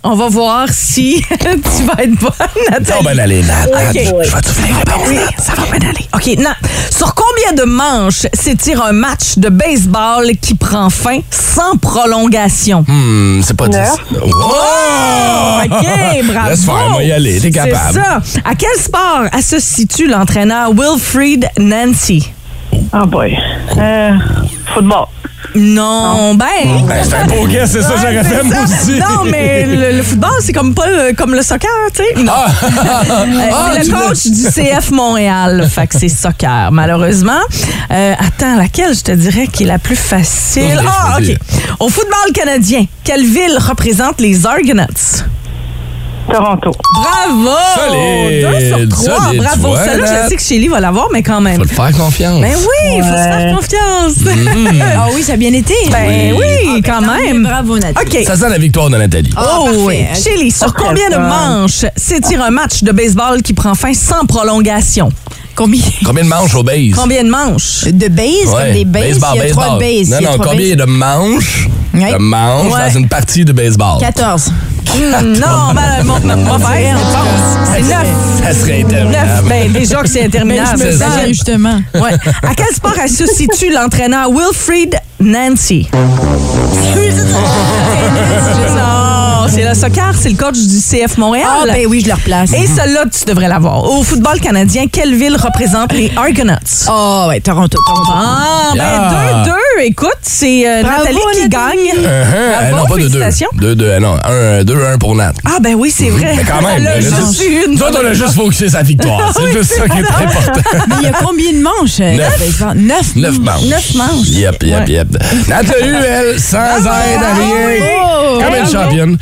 Speaker 4: On va voir si tu vas être bonne,
Speaker 3: Non,
Speaker 4: Nathalie.
Speaker 3: ben allez, Nat. Nat,
Speaker 4: Ok.
Speaker 3: Je vais te faire une réponse, Nat.
Speaker 4: Ça va bien aller. OK, non. Sur combien de manches s'étire un match de baseball qui prend fin sans prolongation?
Speaker 3: Hmm, c'est pas 10.
Speaker 9: Neuf.
Speaker 3: Oh!
Speaker 4: OK, bravo.
Speaker 3: Laisse faire, moi y aller, t'es capable.
Speaker 4: C'est ça. À quel sport se situe l'entraîneur Wilfried Nancy?
Speaker 9: Oh boy. Euh, football.
Speaker 4: Non, ben.
Speaker 3: Ben, c'est un beau guess, c'est ça, j'aurais fait moi aussi.
Speaker 4: Non, mais le, le football, c'est comme pas le- comme le soccer, tu sais. Non.
Speaker 3: Ah!
Speaker 4: Euh,
Speaker 3: Ah,
Speaker 4: c'est
Speaker 3: tu
Speaker 4: le
Speaker 3: l'as-
Speaker 4: coach du CF Montréal. fait que c'est soccer, malheureusement. Euh, attends, laquelle je te dirais qui est la plus facile?
Speaker 3: Ok,
Speaker 4: Ah,
Speaker 3: choisis.
Speaker 4: OK. Au football canadien, quelle ville représente les Argonauts?
Speaker 3: Ben,
Speaker 9: Toronto.
Speaker 4: Bravo!
Speaker 3: Solide,
Speaker 4: Deux sur trois.
Speaker 3: solide, tu
Speaker 4: Bravo.
Speaker 3: vois,
Speaker 4: Celle-là,
Speaker 3: Nat.
Speaker 4: je sais que Shelly va l'avoir, mais quand même.
Speaker 3: Faut te faire confiance.
Speaker 4: Ben oui, faut se faire confiance.
Speaker 3: Mhm.
Speaker 6: Ah oui, ça a bien été. Ah,
Speaker 4: ben oui, quand même.
Speaker 6: Bravo, Nathalie.
Speaker 4: OK.
Speaker 3: Ça sent la victoire de Nathalie.
Speaker 6: Ah,
Speaker 4: Oh oui.
Speaker 6: parfait.
Speaker 4: Shelly, sur combien de manches s'étire un match de baseball qui prend fin sans prolongation? Combien?
Speaker 3: Combien de manches au base?
Speaker 4: Combien de manches?
Speaker 6: De base,
Speaker 3: Ouais.
Speaker 6: comme des bases, il y a trois bases.
Speaker 3: Non,
Speaker 6: il y a
Speaker 3: non,
Speaker 6: trois
Speaker 3: combien
Speaker 6: bases.
Speaker 3: de manches?
Speaker 6: Ouais.
Speaker 3: De manches
Speaker 4: Ouais.
Speaker 3: dans une partie de baseball?
Speaker 6: 14.
Speaker 4: Hmm, non, ben, mon- mauvaise réponse. C'est neuf.
Speaker 3: Ça serait
Speaker 4: Neuf.
Speaker 3: interminable.
Speaker 4: Ben, déjà que c'est interminable.
Speaker 3: me sens-
Speaker 4: J'imagine.
Speaker 6: justement.
Speaker 4: Ouais. À quel sport se situe l'entraîneur Wilfried Nancy? Oh, non, c'est le soccer, c'est le coach du CF Montréal.
Speaker 6: Ah, ben oui, je le replace.
Speaker 4: Et celle-là, tu devrais l'avoir. Au football canadien, quelle ville représente les Argonauts?
Speaker 6: Oh, ouais, Toronto, Toronto.
Speaker 4: Ah, ben
Speaker 3: Yeah.
Speaker 4: 2-2. Écoute, c'est euh,
Speaker 6: Bravo,
Speaker 4: Nathalie qui
Speaker 6: Nathalie.
Speaker 4: gagne.
Speaker 3: Uh-huh. Eh,
Speaker 4: Bravo,
Speaker 3: non, pas de deux.
Speaker 4: félicitations.
Speaker 3: Deux, deux. eh, Non, un, deux, un pour Nat.
Speaker 4: Ah, ben oui, c'est vrai.
Speaker 3: Mais quand même,
Speaker 4: Là,
Speaker 3: le-
Speaker 4: j'en
Speaker 3: le-
Speaker 4: suis une.
Speaker 3: Nous autres, on a juste focusé sa victoire. C'est juste ça qui est important.
Speaker 6: Mais il y a combien de manches? euh,
Speaker 3: Neuf.
Speaker 6: baseball? Neuf.
Speaker 3: Neuf manches.
Speaker 4: Neuf manches.
Speaker 3: Yep, yep, yep. Nat l'a eu, elle, sans aide à rien. Comme une championne.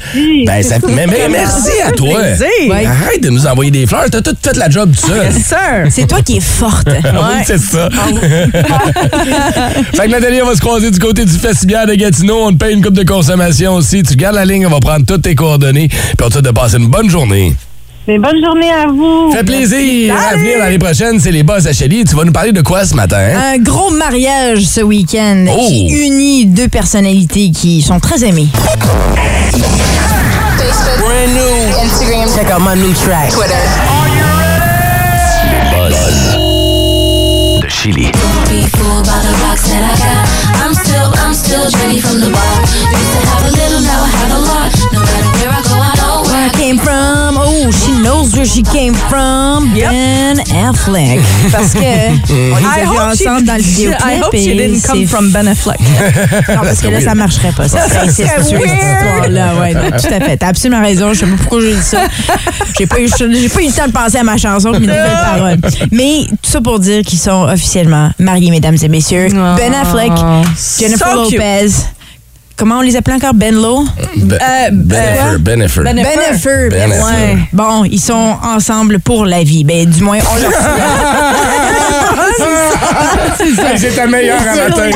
Speaker 3: Ben, ça, mais, mais merci à toi.
Speaker 4: plaisir.
Speaker 3: Ouais. Arrête de nous envoyer des fleurs. T'as tout fait la job tout seul.
Speaker 4: Yes, sir.
Speaker 6: C'est toi qui es forte.
Speaker 3: Ah Oui, c'est ça. fait que Nathalie, on va se croiser du côté du festival de Gatineau. On te paye une coupe de consommation aussi. Tu gardes la ligne, on va prendre toutes tes coordonnées. Puis on te souhaite de passer une bonne journée.
Speaker 9: Mais bonne journée à vous.
Speaker 3: Fait plaisir. À venir l'année prochaine, c'est les boss à Chélie. Tu vas nous parler de quoi ce matin? hein?
Speaker 6: Un gros mariage ce week-end
Speaker 3: Oh.
Speaker 6: qui unit deux personnalités qui sont très aimées.
Speaker 1: De Chili.
Speaker 6: Where I came from, oh, she knows where she came from, Ben Affleck. Parce que on les a vus ensemble dans le vidéoclip.
Speaker 4: I hope she
Speaker 6: et
Speaker 4: didn't come
Speaker 6: c'est
Speaker 4: from Ben Affleck.
Speaker 6: Non, parce que là, ça marcherait pas. Ça, ça c'est sûr, cette histoire-là. Ouais, non, tout à fait. T'as absolument raison. Je sais pas pourquoi j'ai dit ça. J'ai pas, eu- j'ai pas eu le temps de penser à ma chanson et mes nouvelles paroles. Mais tout ça pour dire qu'ils Oh. sont officiellement mariés, mesdames et messieurs. Ben Affleck, Jennifer
Speaker 4: So cute.
Speaker 6: Lopez. Comment on les appelait encore? Benlow?
Speaker 3: Be-
Speaker 6: Euh,
Speaker 3: Bennifer,
Speaker 6: euh,
Speaker 3: Bennifer.
Speaker 6: Ben
Speaker 3: Ben
Speaker 6: Affleck. Ben
Speaker 3: Affleck.
Speaker 6: ouais. Bon, ils sont ensemble pour la vie. Ben, du moins, on leur C'est ça.
Speaker 3: Hey, C'est ta meilleure
Speaker 6: C'est
Speaker 3: amateur.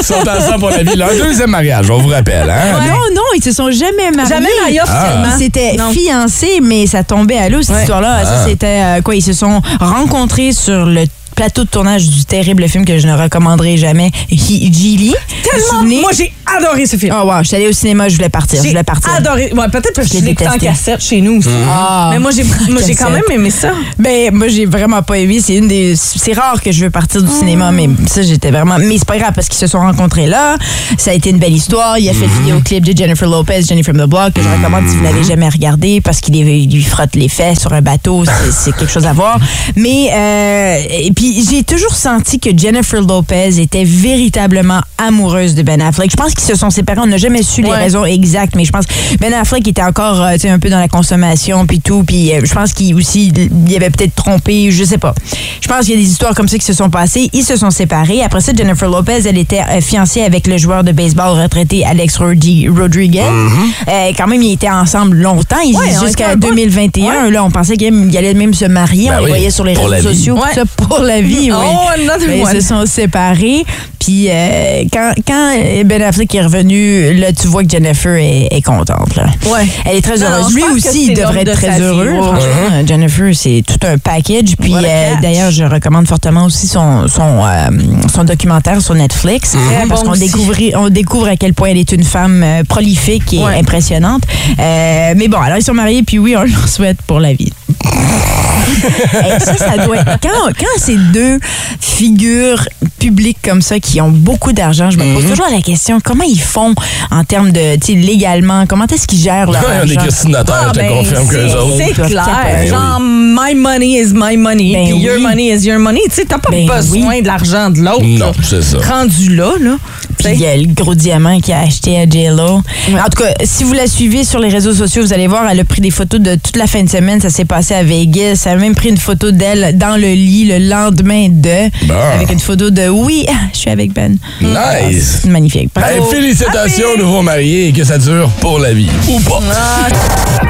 Speaker 3: Ils sont ensemble pour la vie. Leur deuxième mariage, on vous rappelle. Hein?
Speaker 6: Non, non, ils se sont jamais mariés. Ah.
Speaker 4: Jamais mariés officiellement.
Speaker 6: Ils s'étaient
Speaker 4: Non.
Speaker 6: fiancés, mais ça tombait à l'eau, cette histoire-là. Ça, c'était euh, quoi? Ils se sont rencontrés sur le plateau de tournage du terrible film que je ne recommanderai jamais, He- Geely.
Speaker 4: Tellement.
Speaker 6: Vous vous souvenez?
Speaker 4: Moi, j'ai adoré ce film.
Speaker 6: Oh, wow, je suis allée au cinéma, je voulais partir. Je
Speaker 4: J'ai
Speaker 6: voulais partir.
Speaker 4: adoré. Ouais, peut-être parce que je
Speaker 6: Je l'ai
Speaker 4: l'ai écouté en
Speaker 6: détesté.
Speaker 4: cassette chez nous aussi.
Speaker 6: Ah.
Speaker 4: Mais moi, j'ai moi, j'ai quand même
Speaker 6: Cassette.
Speaker 4: aimé ça.
Speaker 6: Ben, moi, j'ai vraiment pas aimé. C'est une des. C'est rare que je veux partir du cinéma, mais ça, j'étais vraiment. Mais c'est pas grave parce qu'ils se sont rencontrés là. Ça a été une belle histoire. Il a fait le vidéoclip de Jennifer Lopez, Jennifer from the Block, que je recommande si vous l'avez jamais regardé parce qu'il est- il lui frotte les fesses sur un bateau. C'est- C'est quelque chose à voir. Mais, euh, et puis, j'ai toujours senti que Jennifer Lopez était véritablement amoureuse de Ben Affleck. Je pense qu'ils se sont séparés. On n'a jamais su les raisons exactes, mais je pense Ben Affleck était encore euh, tu sais, un peu dans la consommation puis tout. Puis euh, je pense qu'il aussi il y avait peut-être trompé, je sais pas. Je pense qu'il y a des histoires comme ça qui se sont passées. Ils se sont séparés. Après ça, Jennifer Lopez, elle était euh, fiancée avec le joueur de baseball retraité Alex Rodri- Rodriguez.
Speaker 3: Mm-hmm.
Speaker 6: Euh, quand même, ils étaient ensemble longtemps, Ils-
Speaker 4: Ouais, on était
Speaker 6: jusqu'à
Speaker 4: un bout.
Speaker 6: 2021. Là, on pensait qu'ils allaient même se marier.
Speaker 3: Ben
Speaker 6: on les
Speaker 3: oui,
Speaker 6: voyait sur les
Speaker 3: pour la
Speaker 6: réseaux
Speaker 3: vie.
Speaker 6: sociaux, tout ça, pour la vie. oui.
Speaker 4: Oh, another
Speaker 6: Ben,
Speaker 4: one.
Speaker 6: ils se sont séparés. Puis euh, quand, quand Ben Affleck est revenu, là, tu vois que Jennifer est, est contente. Là.
Speaker 4: Ouais.
Speaker 6: Elle est très
Speaker 4: Non,
Speaker 6: heureuse.
Speaker 4: je
Speaker 6: Lui
Speaker 4: pense que
Speaker 6: aussi,
Speaker 4: c'est
Speaker 6: il devrait
Speaker 4: l'homme de
Speaker 6: être
Speaker 4: sa
Speaker 6: très
Speaker 4: vie,
Speaker 6: heureux.
Speaker 4: ouais. Uh-huh.
Speaker 6: Franchement, euh, Jennifer, c'est tout un package. Puis
Speaker 4: Voilà,
Speaker 6: euh,
Speaker 4: catch.
Speaker 6: d'ailleurs, je recommande fortement aussi son, son, euh, son documentaire sur Netflix. Parce
Speaker 4: bon
Speaker 6: qu'on
Speaker 4: aussi.
Speaker 6: découvre, on découvre à quel point elle est une femme euh, prolifique et
Speaker 4: Ouais.
Speaker 6: impressionnante. Euh, mais bon, alors ils sont mariés, puis oui, on leur souhaite pour la vie. Hey, ça, ça doit être- Quand, quand ces deux figures publiques comme ça qui ont beaucoup d'argent, je
Speaker 4: Mhm.
Speaker 6: me pose toujours la question comment ils font en termes de, tu sais, légalement, comment est-ce qu'ils gèrent leur
Speaker 3: On est
Speaker 6: argent?
Speaker 3: destinateurs, Ah, je te confirme
Speaker 4: Ah, ben, c'est-
Speaker 3: qu'eux autres.
Speaker 4: C'est
Speaker 6: doivent
Speaker 4: clair.
Speaker 6: capoter.
Speaker 4: Genre, my money is my money.
Speaker 6: Ben
Speaker 4: puis your
Speaker 6: oui.
Speaker 4: money is your money. Tu sais, t'as pas
Speaker 6: Ben
Speaker 4: besoin de l'argent de l'autre.
Speaker 3: Non,
Speaker 4: là.
Speaker 3: c'est ça.
Speaker 4: Rendu là, là.
Speaker 6: Puis il y a le gros diamant qu'il a acheté à J-Lo. En tout cas, si vous la suivez sur les réseaux sociaux, vous allez voir, elle a pris des photos de toute la fin de semaine. Ça s'est passé à Vegas. Elle a même pris une photo d'elle dans le lit le lendemain de.
Speaker 3: Bon.
Speaker 4: Bah.
Speaker 6: Avec une photo de Oui, je suis avec Ben.
Speaker 3: Nice.
Speaker 6: C'est magnifique.
Speaker 3: Ben,
Speaker 6: Bravo.
Speaker 3: félicitations aux nouveaux mariés et que ça dure pour la vie. Ou pas.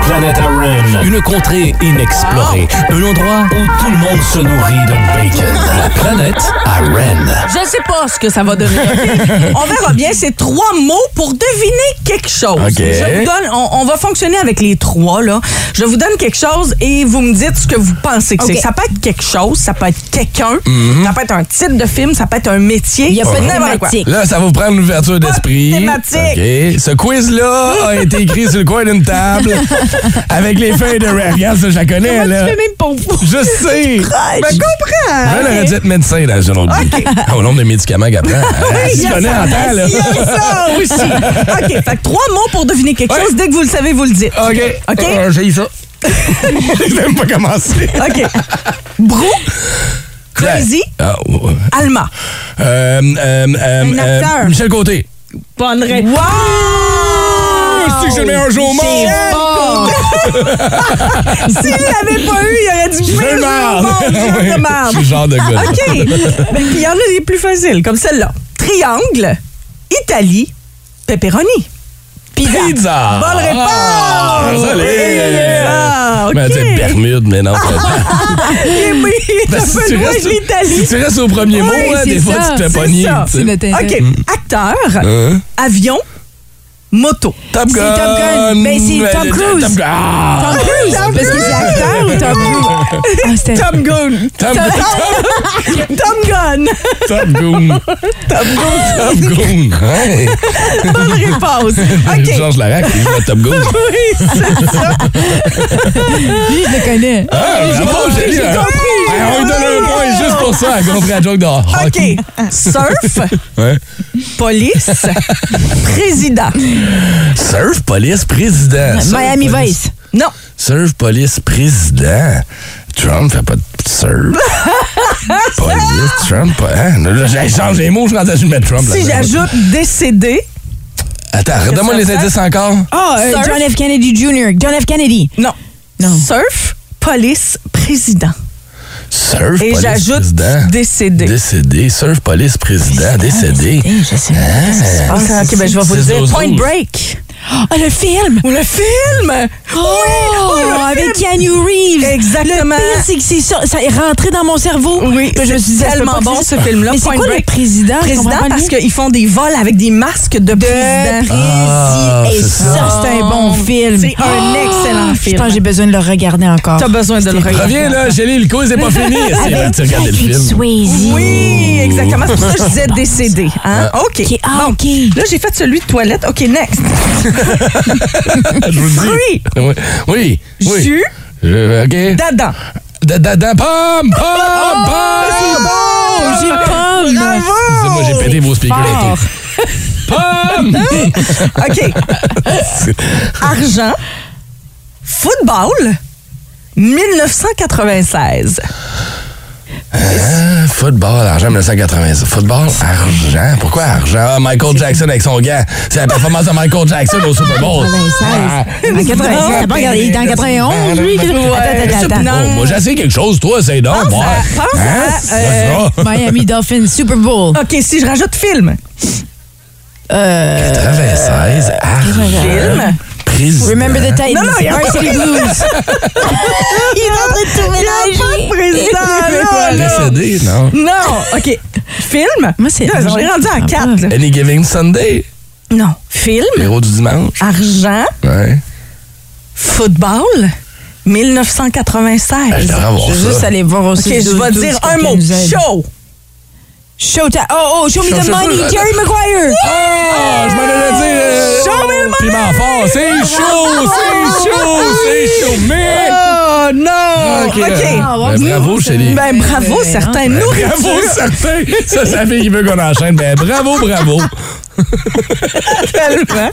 Speaker 1: Planète Aren, une contrée inexplorée, un endroit où tout le monde se nourrit de bacon. La planète Aren.
Speaker 4: Je sais pas ce que ça va donner. OK? on verra bien. C'est trois mots pour deviner quelque chose.
Speaker 3: OK.
Speaker 4: Je vous donne, on, on va fonctionner avec les trois, là. Je vous donne quelque chose et vous me dites ce que vous pensez que
Speaker 6: OK.
Speaker 4: c'est. Ça peut être quelque chose, ça peut être quelqu'un,
Speaker 3: Mm-hmm.
Speaker 4: ça peut être un titre de film, ça peut être un métier.
Speaker 6: Il y a pas de
Speaker 4: Oh. N'importe quoi.
Speaker 6: thématique.
Speaker 3: Là, ça va vous prendre une ouverture d'esprit.
Speaker 4: thématique.
Speaker 3: OK. Ce quiz-là a été écrit sur le coin d'une table avec les feuilles de Regarde, ça, je la connais, là.
Speaker 4: même pour vous.
Speaker 3: Je sais.
Speaker 4: Ben, comprends.
Speaker 3: Elle aurait dû être médecin dans une autre vie. Au nombre de médicaments qu'elle prend. Elle s'y
Speaker 4: yes,
Speaker 3: connaît en temps, là.
Speaker 4: Yes, ça aussi. OK, fait que trois mots pour deviner quelque
Speaker 3: Ouais.
Speaker 4: chose. Dès que vous le savez, vous le dites.
Speaker 3: OK.
Speaker 4: OK.
Speaker 3: Euh, J'ai eu ça. J'ai même pas commencé.
Speaker 4: OK. Brou, Ah, Crazy,
Speaker 3: Ah, ouais.
Speaker 4: Alma.
Speaker 3: Euh, euh, euh,
Speaker 4: Un
Speaker 3: euh,
Speaker 4: acteur.
Speaker 3: Michel Côté. Ah,
Speaker 4: Bonne réponse. Oh,
Speaker 3: C'est que c'est le meilleur jour au monde.
Speaker 4: S'il l'avait pas eu, il aurait dit
Speaker 3: Je veux
Speaker 4: mais
Speaker 3: le marde.
Speaker 4: bon, je veux le
Speaker 3: Ah, Je
Speaker 4: marde.
Speaker 3: suis le genre de gars.
Speaker 4: OK. Ben, puis il y en a des plus faciles, comme celle-là. Triangle, Italie, pepperoni.
Speaker 3: Pizza.
Speaker 4: Bonne réponse.
Speaker 3: Ah, désolé.
Speaker 4: Ah, OK.
Speaker 3: Mais tu sais, Bermude, mais non. c'est pas-
Speaker 4: Eh oui,
Speaker 3: Ben,
Speaker 4: ça peut loin de
Speaker 3: si
Speaker 4: l'Italie.
Speaker 3: tu restes au premier
Speaker 4: Oui,
Speaker 3: mot, là,
Speaker 4: c'est
Speaker 3: des fois,
Speaker 4: ça,
Speaker 3: tu te fais
Speaker 4: c'est
Speaker 3: pogner.
Speaker 4: ça.
Speaker 3: tu sais.
Speaker 6: Ah, C'est notre intérêt.
Speaker 4: OK.
Speaker 3: Mm.
Speaker 4: Acteur,
Speaker 3: Hein?
Speaker 4: avion, moto.
Speaker 3: Top Gun.
Speaker 6: Top Gun. Ben, c'est
Speaker 3: Euh,
Speaker 6: Tom Cruise.
Speaker 3: Top Gun. Ah,
Speaker 6: Tom Cruise, parce que c'est acteur ou Tom Cruise? Ah, c'était-
Speaker 4: Tom Gun.
Speaker 3: Tom
Speaker 4: Tom Gun.
Speaker 3: Top Gun. Top Gun. Hey,
Speaker 4: Bonne réponse. OK.
Speaker 3: Georges Larac, il joue à Top Gun.
Speaker 4: Oui, c'est ça.
Speaker 6: Lui, je le connais.
Speaker 3: Ah, bravo,
Speaker 4: compris,
Speaker 3: Julie,
Speaker 4: j'ai
Speaker 3: hein.
Speaker 4: compris.
Speaker 3: Ah, On lui donne un point juste pour ça. Elle a compris la joke de hockey.
Speaker 4: OK. Surf,
Speaker 3: Ouais.
Speaker 4: police, président.
Speaker 3: Surf Police Président. Surf
Speaker 6: Miami
Speaker 3: Police.
Speaker 6: Vice.
Speaker 4: Non.
Speaker 3: Surf Police Président. Trump fait pas de surf. police, Trump. Hein? Là, là, j'ai- change les mots, je suis rendu à je mets Trump.
Speaker 4: Si
Speaker 3: là-dedans.
Speaker 4: j'ajoute décédé.
Speaker 3: Attends, redonne-moi les indices encore.
Speaker 4: Ah,
Speaker 6: Euh, John F. Kennedy Jr. John F. Kennedy.
Speaker 4: Non.
Speaker 6: Non.
Speaker 4: Surf, police, président.
Speaker 3: Surf
Speaker 4: Et
Speaker 3: Police
Speaker 4: j'ajoute
Speaker 3: Président.
Speaker 4: décédé.
Speaker 3: Décédé. Surf Police Président. Décédé. Hein?
Speaker 6: Hey, Eh, je sais pas qu'est-ce qui se passe.
Speaker 4: Ah, ok, ben je vais vous le
Speaker 3: C'est
Speaker 4: dire.
Speaker 3: Zozo.
Speaker 4: Point Break.
Speaker 6: Ah, le film!
Speaker 4: Ou le film.
Speaker 6: Oh, avec Keanu Reeves.
Speaker 4: Exactement.
Speaker 6: Le pire, c'est que c'est sur- ça est rentré dans mon cerveau.
Speaker 4: Oui,
Speaker 6: Puis je me suis dit, ça se peut
Speaker 4: tellement
Speaker 6: pas que
Speaker 4: bon
Speaker 6: c'est-
Speaker 4: ce film-là.
Speaker 6: Mais c'est
Speaker 4: Point
Speaker 6: quoi
Speaker 4: Break.
Speaker 6: le président? Je comprends
Speaker 4: Président
Speaker 6: pas
Speaker 4: parce
Speaker 6: le
Speaker 4: qu'ils font des vols avec des masques de, président.
Speaker 3: Ah,
Speaker 6: Et
Speaker 3: c'est
Speaker 6: ça,
Speaker 3: ça.
Speaker 6: c'est un bon film.
Speaker 4: C'est un excellent
Speaker 6: Ah, Je
Speaker 4: film.
Speaker 6: pense que j'ai besoin de le regarder encore.
Speaker 4: T'as besoin de le
Speaker 6: C'était-
Speaker 4: regarder.
Speaker 3: Reviens là, Gélie, le quiz n'est pas fini. C'est- Tu regardes le
Speaker 6: Patrick
Speaker 3: film.
Speaker 6: Swayze.
Speaker 4: Oui, exactement. C'est pour ça que je disais décédé. Hein? OK.
Speaker 6: Ok, ah,
Speaker 4: Bon.
Speaker 6: ok.
Speaker 4: Là, j'ai fait celui de toilette. OK, next.
Speaker 3: Je vous le dis. Oui. Oui. oui.
Speaker 4: Jus,
Speaker 3: Je- OK.
Speaker 4: dadan.
Speaker 3: Da, da, da, pam, pam, pam.
Speaker 6: Oh, j'ai
Speaker 4: Ah.
Speaker 6: pomme.
Speaker 3: Excusez-moi, j'ai pété vos speakers.
Speaker 6: Fort.
Speaker 3: Pam!
Speaker 4: OK. Argent, football, 1996.
Speaker 3: Euh, Football, argent 1996. Football, argent. Pourquoi argent? Ah, Michael Jackson avec son gars. C'est la performance de Michael Jackson au Super Bowl.
Speaker 6: Ah,
Speaker 4: Ah.
Speaker 3: Ah, ben
Speaker 6: 96. En 96, t'as pas regardé, il était en 91, lui. Attends, attends, attends,
Speaker 3: Oh, moi, j'essaie quelque chose, toi, c'est donc.
Speaker 4: Pense
Speaker 3: moi.
Speaker 4: à- pense
Speaker 3: Hein?
Speaker 4: à,
Speaker 3: C'est
Speaker 4: euh,
Speaker 3: ça.
Speaker 6: attends. Ah. Miami Dolphins, Super Bowl.
Speaker 4: OK, si je rajoute film.
Speaker 6: Euh,
Speaker 3: 96, argent.
Speaker 4: Film.
Speaker 3: Président.
Speaker 6: Remember the Titans.
Speaker 4: Non, non, il y a un
Speaker 6: Varsity Blues. Il est en train de tout mélanger.
Speaker 4: Président, là, là.
Speaker 3: Décédé, non?
Speaker 4: Non, OK. Film.
Speaker 6: Moi, c'est
Speaker 4: Là, j'en ai
Speaker 6: argent.
Speaker 4: rendu en
Speaker 6: Ah,
Speaker 4: quatre. là.
Speaker 3: Any Giving Sunday,
Speaker 4: Non. Film,
Speaker 3: héros du dimanche.
Speaker 4: argent,
Speaker 3: Ouais.
Speaker 4: football,
Speaker 3: Ben, je
Speaker 4: 1996.
Speaker 3: devrais avoir
Speaker 6: Je vais juste
Speaker 3: ça.
Speaker 6: aller voir
Speaker 4: OK,
Speaker 6: aussi.
Speaker 4: je vais dire un mot. Show.
Speaker 6: Show ta- Oh, oh, show me
Speaker 3: Show-
Speaker 6: the
Speaker 3: show-
Speaker 6: money,
Speaker 3: show-
Speaker 6: Jerry Maguire.
Speaker 3: Ah, je m'en allais dire. euh,
Speaker 4: Show me le money! Ah,
Speaker 3: Piment fort, c'est chaud, c'est chaud, c'est chaud, mais.
Speaker 4: Oh Ah, non!
Speaker 3: Ok.
Speaker 4: OK.
Speaker 3: Ben, bravo, Chélie.
Speaker 4: Ben bravo,
Speaker 6: ben,
Speaker 4: certains nous.
Speaker 3: Bravo, certain. Ça, ça fait qu'il veut qu'on enchaîne. Ben, bravo, bravo. Ah,
Speaker 4: tellement.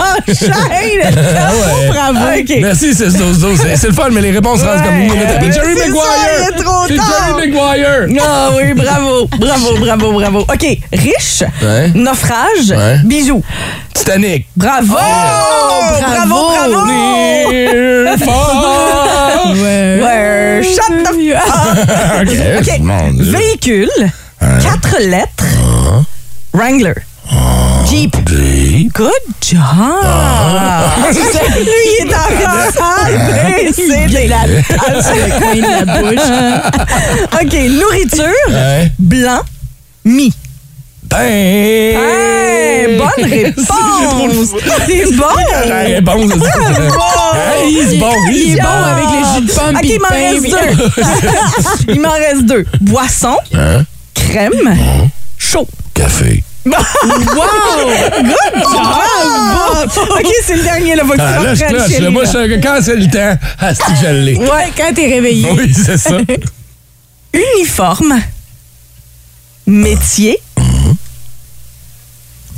Speaker 4: Enchaîne! Bravo, bravo! OK.
Speaker 3: Merci, c'est 12 12 C'est- C'est le fun, mais les réponses rentrent comme une minute après. Jerry
Speaker 4: C'est ça,
Speaker 3: Maguire.
Speaker 4: il est trop
Speaker 3: C'est
Speaker 4: tard.
Speaker 3: Jerry Maguire.
Speaker 4: Ah oui, bravo, bravo, bravo, bravo. OK, riche,
Speaker 3: Ouais.
Speaker 4: naufrage,
Speaker 3: Ouais.
Speaker 4: bijoux.
Speaker 3: Titanic.
Speaker 4: Bravo! bravo,
Speaker 6: bravo.
Speaker 4: bravo!
Speaker 3: Near fall.
Speaker 4: Ouais, shut the fuck.
Speaker 3: Ok,
Speaker 4: OK,
Speaker 3: mon Dieu.
Speaker 4: véhicule, quatre lettres, Wrangler. Jeep. Good job! Lui, il est encore sale, c'est la
Speaker 6: la bouche.
Speaker 4: OK, nourriture,
Speaker 3: Ouais.
Speaker 4: blanc, mi.
Speaker 3: Ben.
Speaker 4: Hey, bonne réponse! C'est
Speaker 3: La
Speaker 4: bon!
Speaker 3: réponse. Hey, il est bon, il est bon avec
Speaker 6: les jus de pomme
Speaker 4: OK,
Speaker 6: pis
Speaker 4: il m'en
Speaker 6: de pain,
Speaker 4: reste
Speaker 6: pis-
Speaker 4: deux. il m'en reste deux. Boisson,
Speaker 3: Hein?
Speaker 4: crème, chaud.
Speaker 3: Café.
Speaker 4: Ah, bon. OK, c'est le dernier, là. Faut que tu
Speaker 3: Ah, là, je
Speaker 4: reprennes,
Speaker 3: cloche.
Speaker 4: chérie,
Speaker 3: là. Moi,
Speaker 4: là.
Speaker 3: je, quand c'est le temps, ah, c'est que je l'ai.
Speaker 6: Ouais, quand t'es réveillé.
Speaker 3: Oui, c'est ça.
Speaker 4: Uniforme, métier,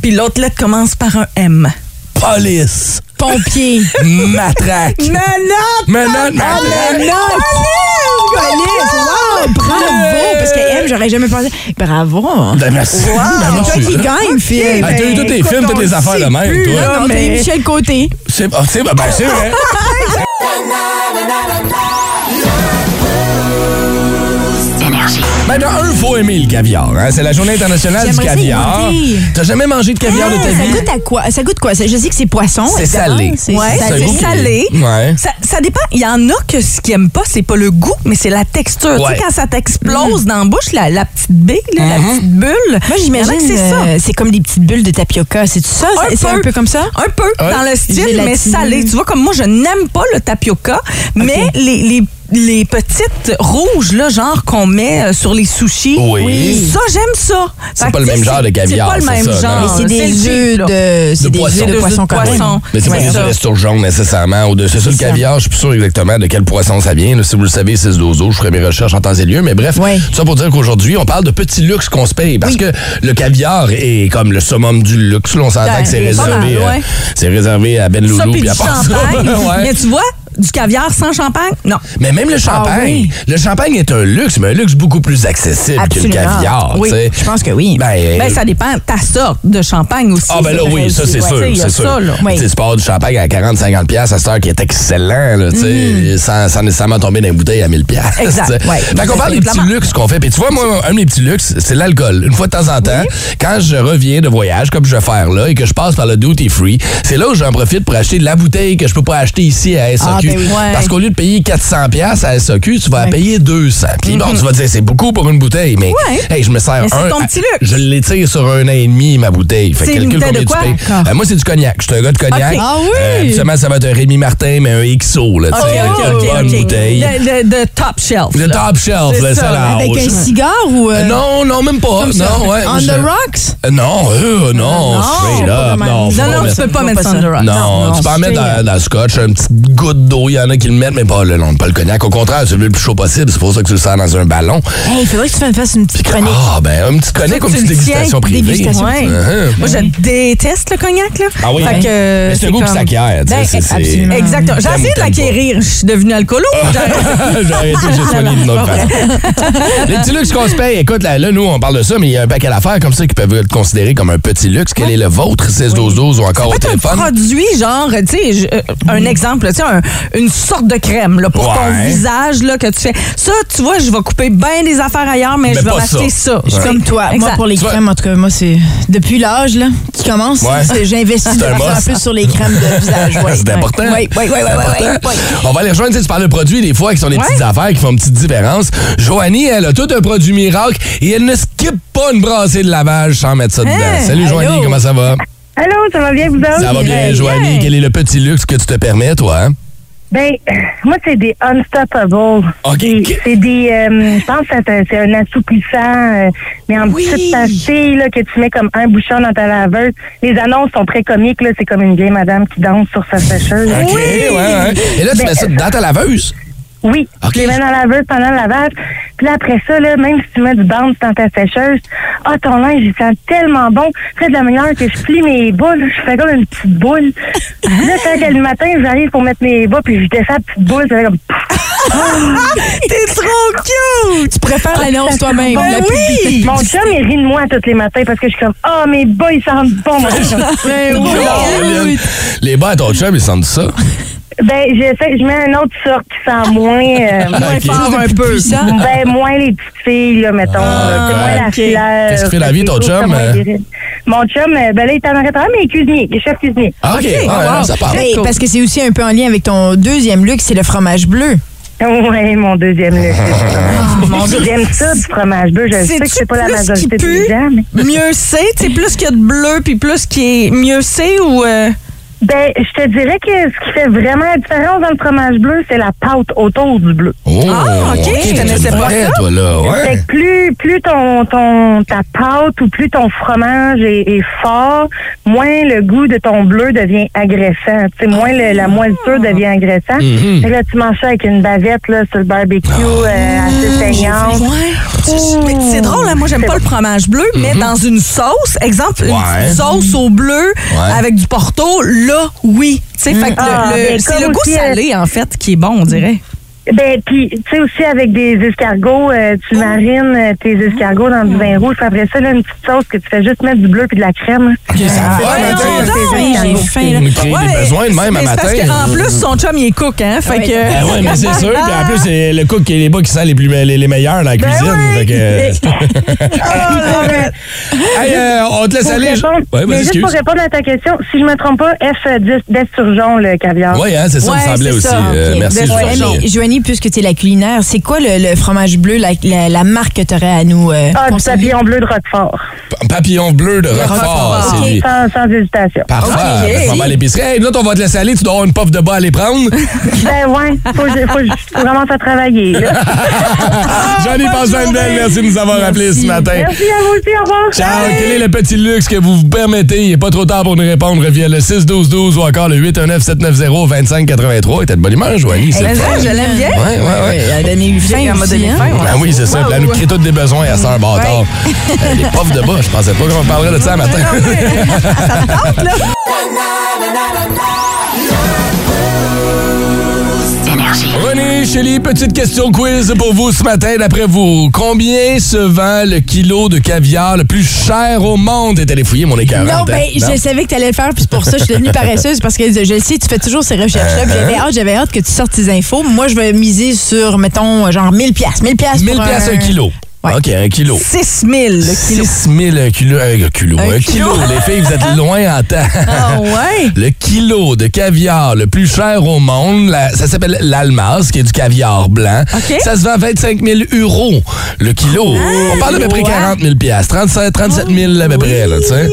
Speaker 4: puis l'autre lettre commence par un M.
Speaker 3: Police.
Speaker 6: Pompier.
Speaker 3: Matraque.
Speaker 4: Non, non!
Speaker 3: Maintenant, matraque.
Speaker 4: Oh,
Speaker 6: Police. Wow, bravo. Parce que M, j'aurais jamais pensé. Bravo.
Speaker 3: Ben, merci. Ben, non,
Speaker 6: Toi
Speaker 3: je
Speaker 6: qui
Speaker 3: suis-
Speaker 6: gagne, Phil.
Speaker 3: Ah, T'as eu tous tes films, toutes les affaires de même, toi.
Speaker 6: Non, t'as eu Michel Côté.
Speaker 3: C'est ah, c'est- ben, ben, c'est vrai.
Speaker 2: énergie,
Speaker 3: Ben, dans un, faut aimer le caviar. hein. C'est la journée internationale du
Speaker 6: J'aimerais ça y
Speaker 3: caviar.
Speaker 6: goûter.
Speaker 3: T'as jamais mangé de caviar de
Speaker 6: Ah,
Speaker 3: ta
Speaker 6: ça
Speaker 3: vie?
Speaker 6: goûte à quoi? Ça goûte quoi? Ça- Je sais que c'est poisson.
Speaker 3: C'est
Speaker 6: évidemment.
Speaker 3: salé.
Speaker 6: C'est
Speaker 4: Ouais,
Speaker 3: Ça
Speaker 6: salé.
Speaker 4: c'est
Speaker 3: goûte-
Speaker 4: salé.
Speaker 3: Ouais.
Speaker 4: Ça, ça dépend. Il y en a que ce qu'ils aiment pas, c'est pas le goût, mais c'est la texture. Tu
Speaker 3: Ouais.
Speaker 4: sais, quand ça t'explose dans la bouche, la, la petite bille, là, la petite bulle.
Speaker 6: Moi, j'imagine
Speaker 4: Il y en a que c'est ça.
Speaker 6: euh, c'est comme des petites bulles de tapioca. C'est ça? C'est- C'est un peu comme ça?
Speaker 4: Un peu
Speaker 3: Ouais.
Speaker 4: dans le style, mais
Speaker 6: Gélatineux.
Speaker 4: salé. Tu vois, comme moi, je n'aime pas le tapioca, mais les, les, les petites rouges, là, genre qu'on met euh, sur les sushis,
Speaker 3: Oui. Oui.
Speaker 4: ça, j'aime ça.
Speaker 3: C'est
Speaker 4: Fait
Speaker 3: pas
Speaker 4: que,
Speaker 3: le
Speaker 4: tu sais,
Speaker 3: même genre de
Speaker 4: c'est-
Speaker 3: caviar,
Speaker 4: Ah, C'est pas
Speaker 3: c'est
Speaker 4: le même
Speaker 3: ça, non?
Speaker 4: genre.
Speaker 6: Mais c'est
Speaker 4: le
Speaker 6: des
Speaker 4: cheap,
Speaker 6: œufs
Speaker 4: là.
Speaker 6: de, c'est
Speaker 3: De
Speaker 6: des
Speaker 3: poisson.
Speaker 6: œufs de
Speaker 4: Des œufs de
Speaker 6: poisson quand
Speaker 4: poisson.
Speaker 6: même.
Speaker 3: Mais c'est pas
Speaker 4: Ouais.
Speaker 3: juste
Speaker 4: Ça.
Speaker 3: le resto jaune nécessairement. Au-dessus ça, le
Speaker 6: C'est ça.
Speaker 3: caviar, je suis plus sûr exactement de quel poisson ça vient. là. si vous le savez, 6 dozo, je ferai mes recherches en temps et lieu. Mais bref,
Speaker 6: Ouais.
Speaker 3: tout ça pour dire qu'aujourd'hui, on parle de petits luxes qu'on se paye. Parce que le caviar est comme le summum du luxe. Là, On s'entend
Speaker 4: Ben,
Speaker 3: que c'est
Speaker 4: il est pas
Speaker 3: réservé,
Speaker 4: mal,
Speaker 3: euh,
Speaker 4: ouais.
Speaker 3: c'est réservé à Ben
Speaker 4: Ça,
Speaker 3: Loulou
Speaker 4: puis
Speaker 3: puis
Speaker 4: du
Speaker 3: à part ça.
Speaker 4: champagne.
Speaker 3: Ouais.
Speaker 4: Mais tu vois, du caviar sans champagne? Non.
Speaker 3: Mais même le champagne,
Speaker 4: oui.
Speaker 3: le champagne est un luxe, mais un luxe beaucoup plus accessible que le caviar.
Speaker 4: Oui,
Speaker 3: tu sais.
Speaker 4: je pense que oui.
Speaker 3: Ben,
Speaker 4: Ben, ça dépend de ta sorte de champagne aussi.
Speaker 3: Ah ben là
Speaker 4: c'est vrai
Speaker 3: oui, ça
Speaker 4: aussi.
Speaker 3: c'est
Speaker 4: Ouais, tu
Speaker 3: sûr,
Speaker 4: sais, il y a
Speaker 3: c'est sûr.
Speaker 4: ça, là.
Speaker 3: Tu sais, Tu pars du champagne à 40 50 pièces à cette heure qui est excellent là, tu sais, sans, sans nécessairement tomber dans une bouteille à 1000 pièces.
Speaker 4: Mm. Exact, ouais.
Speaker 3: Fait qu'on parle des petits
Speaker 4: Simplement.
Speaker 3: luxes qu'on fait. Puis tu vois moi un de mes petits luxes, c'est l'alcool. Une fois de temps en temps, quand je reviens de voyage comme je vais faire là et que je passe par le duty free, c'est là où j'en profite pour acheter de la bouteille que je peux pas acheter ici à SAQ
Speaker 4: Ah, ben oui. Ouais.
Speaker 3: parce qu'au lieu de payer 400 pièces à SAQ, tu vas payer 200. Puis bon, tu vas dire c'est beaucoup pour une bouteille, mais
Speaker 4: Mm-hmm. Ouais.
Speaker 3: hey, je me sers
Speaker 4: Mais c'est
Speaker 3: un
Speaker 4: ton
Speaker 3: à-
Speaker 4: petit luxe.
Speaker 3: je l'étire sur un an et demi, ma bouteille. Fait
Speaker 4: C'est
Speaker 3: que
Speaker 4: une
Speaker 3: calcule combien
Speaker 4: bouteille de
Speaker 3: tu
Speaker 4: quoi?
Speaker 3: payes.
Speaker 4: D'accord.
Speaker 3: Euh, moi, c'est du cognac. Je suis un gars de cognac.
Speaker 4: Ok. Ah oui!
Speaker 3: Euh, habituellement, ça va être un Rémi Martin, mais un XO, là, tu
Speaker 4: OK,
Speaker 3: sais,
Speaker 4: OK,
Speaker 3: avec une
Speaker 4: OK,
Speaker 3: bonne
Speaker 4: OK.
Speaker 3: bouteille.
Speaker 4: De, de- de top shelf.
Speaker 3: Le
Speaker 4: là.
Speaker 3: top shelf,
Speaker 4: C'est
Speaker 3: là,
Speaker 4: ça,
Speaker 3: ça, là.
Speaker 6: Avec
Speaker 3: oh,
Speaker 6: un
Speaker 3: je-
Speaker 6: cigare ou. euh,
Speaker 3: Non, non, même pas.
Speaker 6: comme ça?
Speaker 3: Non, ouais.
Speaker 6: On
Speaker 3: je-
Speaker 6: the rocks?
Speaker 3: Euh, Non, euh, non, straight up. Non, faut pas
Speaker 4: Non, non, tu
Speaker 3: mettre-
Speaker 4: peux pas mettre ça on the rock.
Speaker 3: non, tu peux en mettre dans, dans le scotch, une petite goutte d'eau. Il y en a qui le mettent, mais pas le, non, pas le cognac. Au contraire, tu veux le plus chaud possible. C'est pour ça que tu le sers dans un ballon.
Speaker 6: Hey, il faudrait que tu me fasses une petite chronique.
Speaker 3: Ah, ben, un petit cognac, une
Speaker 4: Tu
Speaker 3: petite
Speaker 4: le tiens,
Speaker 3: dégustation privée.
Speaker 4: dégustation. Ouais.
Speaker 3: Uh-huh.
Speaker 4: Moi, je déteste le cognac, là.
Speaker 3: Ah oui,
Speaker 4: Fait
Speaker 3: hein?
Speaker 4: que,
Speaker 3: Mais c'est un goût qui
Speaker 4: comme-
Speaker 3: s'acquiert. tu sais,
Speaker 4: Ben,
Speaker 3: c'est- c'est-
Speaker 6: absolument.
Speaker 4: Exactement. J'ai
Speaker 3: T'aimes,
Speaker 4: essayé de
Speaker 3: t'aimes
Speaker 4: l'acquérir. Je suis devenue alcoolo.
Speaker 3: J'ai arrêté, j'ai soigné d'une autre façon. Les petits luxes qu'on se paye, écoute, là, là, nous, on parle de ça, mais il y a un paquet d'affaires comme ça qui peuvent être considérés comme un petit luxe. Quel est le vôtre, 16-12-12 ou encore au
Speaker 4: Peut-être un
Speaker 3: téléphone?
Speaker 4: produit, genre, tu sais, je- euh, un exemple, tu sais, un- une sorte de crème là, pour ton
Speaker 3: Mm. Ouais.
Speaker 4: visage là, que tu fais. Ça, tu vois, je vais couper bien des affaires ailleurs, mais,
Speaker 3: Mais
Speaker 4: je vais
Speaker 3: pas
Speaker 4: m'acheter
Speaker 3: ça.
Speaker 4: ça.
Speaker 6: Je suis comme toi. Moi,
Speaker 4: Exact.
Speaker 6: pour les
Speaker 3: Tu vois-
Speaker 6: crèmes, en tout cas, moi, c'est. Depuis l'âge, là, qui commence,
Speaker 3: Ouais.
Speaker 6: c'est- j'investis de
Speaker 3: C'est un
Speaker 6: plus en
Speaker 3: must.
Speaker 6: plus sur les crèmes de visage. ouais.
Speaker 3: C'est
Speaker 6: Ouais.
Speaker 3: important.
Speaker 6: Oui, oui, oui, oui, oui.
Speaker 3: On va aller rejoindre, tu sais, tu parles de produits des fois qui sont des petites affaires qui font une petite différence. Joanie, elle a tout un produit miracle et elle ne skip pas une brassée de lavage sans mettre ça dedans.
Speaker 6: Hein?
Speaker 3: Salut Joanie, comment ça va?
Speaker 9: Allô, ça va bien, vous autres?
Speaker 3: Ça va bien, Joanie. Quel est le petit luxe que tu te permets, toi? hein?
Speaker 9: Ben, moi, c'est des Unstoppables.
Speaker 3: OK.
Speaker 9: Des- C'est des. euh, je pense que c'est un, c'est un assouplissant, euh, mais en petite pastille là, que tu mets comme un bouchon dans ta laveuse. Les annonces sont très comiques. là. C'est comme une vieille madame qui danse sur sa sécheuse.
Speaker 3: OK, ouais, ouais. Et là, tu
Speaker 9: Ben,
Speaker 3: mets ça dans ta laveuse?
Speaker 9: Oui,
Speaker 3: OK.
Speaker 9: je les mets dans la laveuse pendant le lavage. Puis là, après ça, là, même si tu mets du bounce dans ta sécheuse, ah, ton linge, il sent tellement bon. C'est de la manière que je plie mes boules, je fais comme une petite boule. Puis là, quand le matin, j'arrive pour mettre mes bas, puis je descends la petite boule, ça fait comme...
Speaker 4: T'es trop cute!
Speaker 6: Tu préfères l'annonce toi-même.
Speaker 4: Ben
Speaker 6: la
Speaker 4: oui!
Speaker 9: Mon chum, il rit de moi tous les matins parce que je suis comme, ah, mes bas, ils sentent bon. Moi, je suis comme,
Speaker 3: Caroline. Les bas à ton chum, ils sentent ça.
Speaker 9: ben, j'essaie, je mets une autre sorte qui sent moins... euh,
Speaker 3: Ok.
Speaker 4: Fort un peu.
Speaker 9: Ben, moins les petites filles, là, mettons. là,
Speaker 3: d'accord.
Speaker 9: moins la
Speaker 3: Ah. Ok.
Speaker 9: filaire.
Speaker 3: Qu'est-ce qu'il fait la vie, ton
Speaker 9: Quelque
Speaker 3: chum,
Speaker 9: chose comme
Speaker 3: euh?
Speaker 9: un- Mon chum, euh, ben là, il est en arrêt de travail, mais il est cuisinier, il est chef cuisinier.
Speaker 3: Ah, OK, ouais, non, ça parle.
Speaker 6: Oui, parce que c'est aussi un peu en lien avec ton deuxième luxe, c'est le fromage bleu.
Speaker 9: Ouais, mon deuxième luxe.
Speaker 4: Ah,
Speaker 9: Mon J'aime ça, du fromage bleu. Je sais que
Speaker 4: C'est-tu
Speaker 9: c'est pas la
Speaker 4: plus qui
Speaker 9: majorité
Speaker 4: pue?
Speaker 9: des gens, mais...
Speaker 4: Mieux c'est, tu sais, plus qu'il y a de bleu, puis plus qu'il est mieux c'est ou. euh,
Speaker 9: Ben, je te dirais que ce qui fait vraiment la différence dans le fromage bleu, c'est la pâte autour du bleu.
Speaker 3: Oh,
Speaker 4: Ah, ok, je
Speaker 3: t'es
Speaker 4: connaissais
Speaker 3: une
Speaker 4: pas
Speaker 3: vraie,
Speaker 4: ça.
Speaker 3: toi, là,
Speaker 9: Fait
Speaker 3: ouais.
Speaker 9: que plus, plus ton, ton, ta pâte ou plus ton fromage est, est fort, moins le goût de ton bleu devient agressant. Tu sais, moins le- la moisissure
Speaker 3: Ah!
Speaker 9: devient agressant.
Speaker 3: Mm-hmm.
Speaker 9: Fait que là, tu manges ça avec une bavette là, sur le barbecue
Speaker 3: Ah!
Speaker 9: euh, assez saignante.
Speaker 4: Mais C'est drôle, hein, moi j'aime pas le fromage bleu, mais dans une sauce, exemple, une
Speaker 3: Mm-hmm. Ouais.
Speaker 4: petite sauce au bleu
Speaker 3: Ouais.
Speaker 4: avec du porto, là, oui. Tu sais, fait que le-
Speaker 9: Ah,
Speaker 4: le-
Speaker 9: ben,
Speaker 4: c'est
Speaker 9: comme
Speaker 4: le goût
Speaker 9: aussi, euh,
Speaker 4: salé, en fait, qui est bon, on dirait.
Speaker 9: Ben, puis, tu sais, aussi avec des escargots, euh, tu marines euh, tes
Speaker 3: Ah!
Speaker 9: escargots dans du vin rouge. Puis après ça, là, une petite sauce que tu fais juste mettre du bleu puis de la crème.
Speaker 3: OK, ça va,
Speaker 4: Ouais,
Speaker 3: mais
Speaker 4: non,
Speaker 3: tu sais,
Speaker 4: non,
Speaker 9: c'est
Speaker 4: j'ai
Speaker 9: bon.
Speaker 4: faim, là.
Speaker 3: Il nous crée des
Speaker 4: mais-
Speaker 3: besoins de même à
Speaker 4: mais c'est parce
Speaker 3: matin.
Speaker 4: qu'en plus, son chum, il est cook,
Speaker 6: Ah
Speaker 4: hein, fait que...
Speaker 3: Ben ouais, mais c'est sûr. Puis en plus, c'est le cook qui est les bas qui sent les, plus, les, les meilleurs
Speaker 4: Ben
Speaker 3: dans la cuisine. fait que-
Speaker 4: Ah,
Speaker 3: Hey, euh, on te laisse
Speaker 9: Pour
Speaker 3: aller.
Speaker 9: répondre-
Speaker 3: Ouais,
Speaker 9: mais
Speaker 3: vas-y,
Speaker 9: juste pour
Speaker 3: excuse.
Speaker 9: répondre à ta question, si je me trompe pas, F10 d'esturgeon, le caviar.
Speaker 3: Oui, hein, c'est ça, il me
Speaker 4: Ouais,
Speaker 3: semblait
Speaker 4: c'est
Speaker 3: aussi.
Speaker 4: ça,
Speaker 3: Euh,
Speaker 4: ok. Ben
Speaker 3: merci,
Speaker 4: Des
Speaker 3: Jean.
Speaker 4: fois,
Speaker 6: ben Ouais, mais Joanie, puisque tu es la culinaire, c'est quoi le, le fromage bleu, la, la- la marque que tu aurais à nous euh,
Speaker 9: Ah, du
Speaker 6: conseiller?
Speaker 9: papillon bleu de Roquefort.
Speaker 3: P- Papillon bleu de Roquefort, c'est lui.
Speaker 9: Sans, sans hésitation.
Speaker 3: Parfait. Fait qu'on va à l'épicerie. Hey, là, on va te laisser aller. Tu dois avoir une puff de bas à aller prendre.
Speaker 9: Ben ouais, faut, que je- faut, que je- faut commencer à travailler. là.
Speaker 4: Ah,
Speaker 3: J'en ai pensé une belle. Merci de nous avoir rappelé ce matin.
Speaker 9: Merci à vous aussi, au revoir.
Speaker 3: Ciao, quel est le petit luxe que vous vous permettez? Il n'est pas trop tard pour nous répondre via le 6-12-12 ou encore le 819-790-2583. Et t'as de bonne humeur, Joanie. c'est le
Speaker 4: Eh, Mais
Speaker 3: fun.
Speaker 4: ça, Ben, je l'aime bien.
Speaker 3: Ouais, ouais, ouais.
Speaker 6: Elle a donné faim
Speaker 4: Elle m'a
Speaker 6: aussi,
Speaker 4: donné
Speaker 6: hein?
Speaker 4: faim, ouais.
Speaker 3: Ben oui, c'est ça. Puis elle nous crée tous des besoins à ça, un bâtard. Euh, Les pofs de bas, je pensais pas qu'on parlerait de ça un matin.
Speaker 2: Énergie.
Speaker 3: René, Chélie, petite question quiz pour vous ce matin. D'après vous, combien se vend le kilo de caviar le plus cher au monde? Et allé fouiller mon hein? écart.
Speaker 6: Non, ben, je savais que t'allais le faire, puis c'est pour ça que je suis devenue paresseuse, parce que je le sais, tu fais toujours ces recherches-là, puis
Speaker 3: Uh-huh.
Speaker 6: j'avais hâte, j'avais hâte que tu sortes tes infos. Moi, je vais miser sur, mettons, genre 1000 piastres. 1000 piastres
Speaker 3: 1000
Speaker 6: pour
Speaker 3: piastres un kilo.
Speaker 6: Ouais.
Speaker 3: OK, un kilo.
Speaker 4: 6 000 le kilo.
Speaker 3: 6 000 un kilo. Un kilo. Un, kilo. Les filles, vous êtes loin en temps.
Speaker 4: Ah ouais?
Speaker 3: Le kilo de caviar le plus cher au monde, la- ça s'appelle l'almaz, qui est du caviar blanc.
Speaker 4: OK.
Speaker 3: Ça se vend 25 000 euros le kilo. On parle d'à peu près 40 000 piastres, 37, 37 000 à peu près, là, tu sais.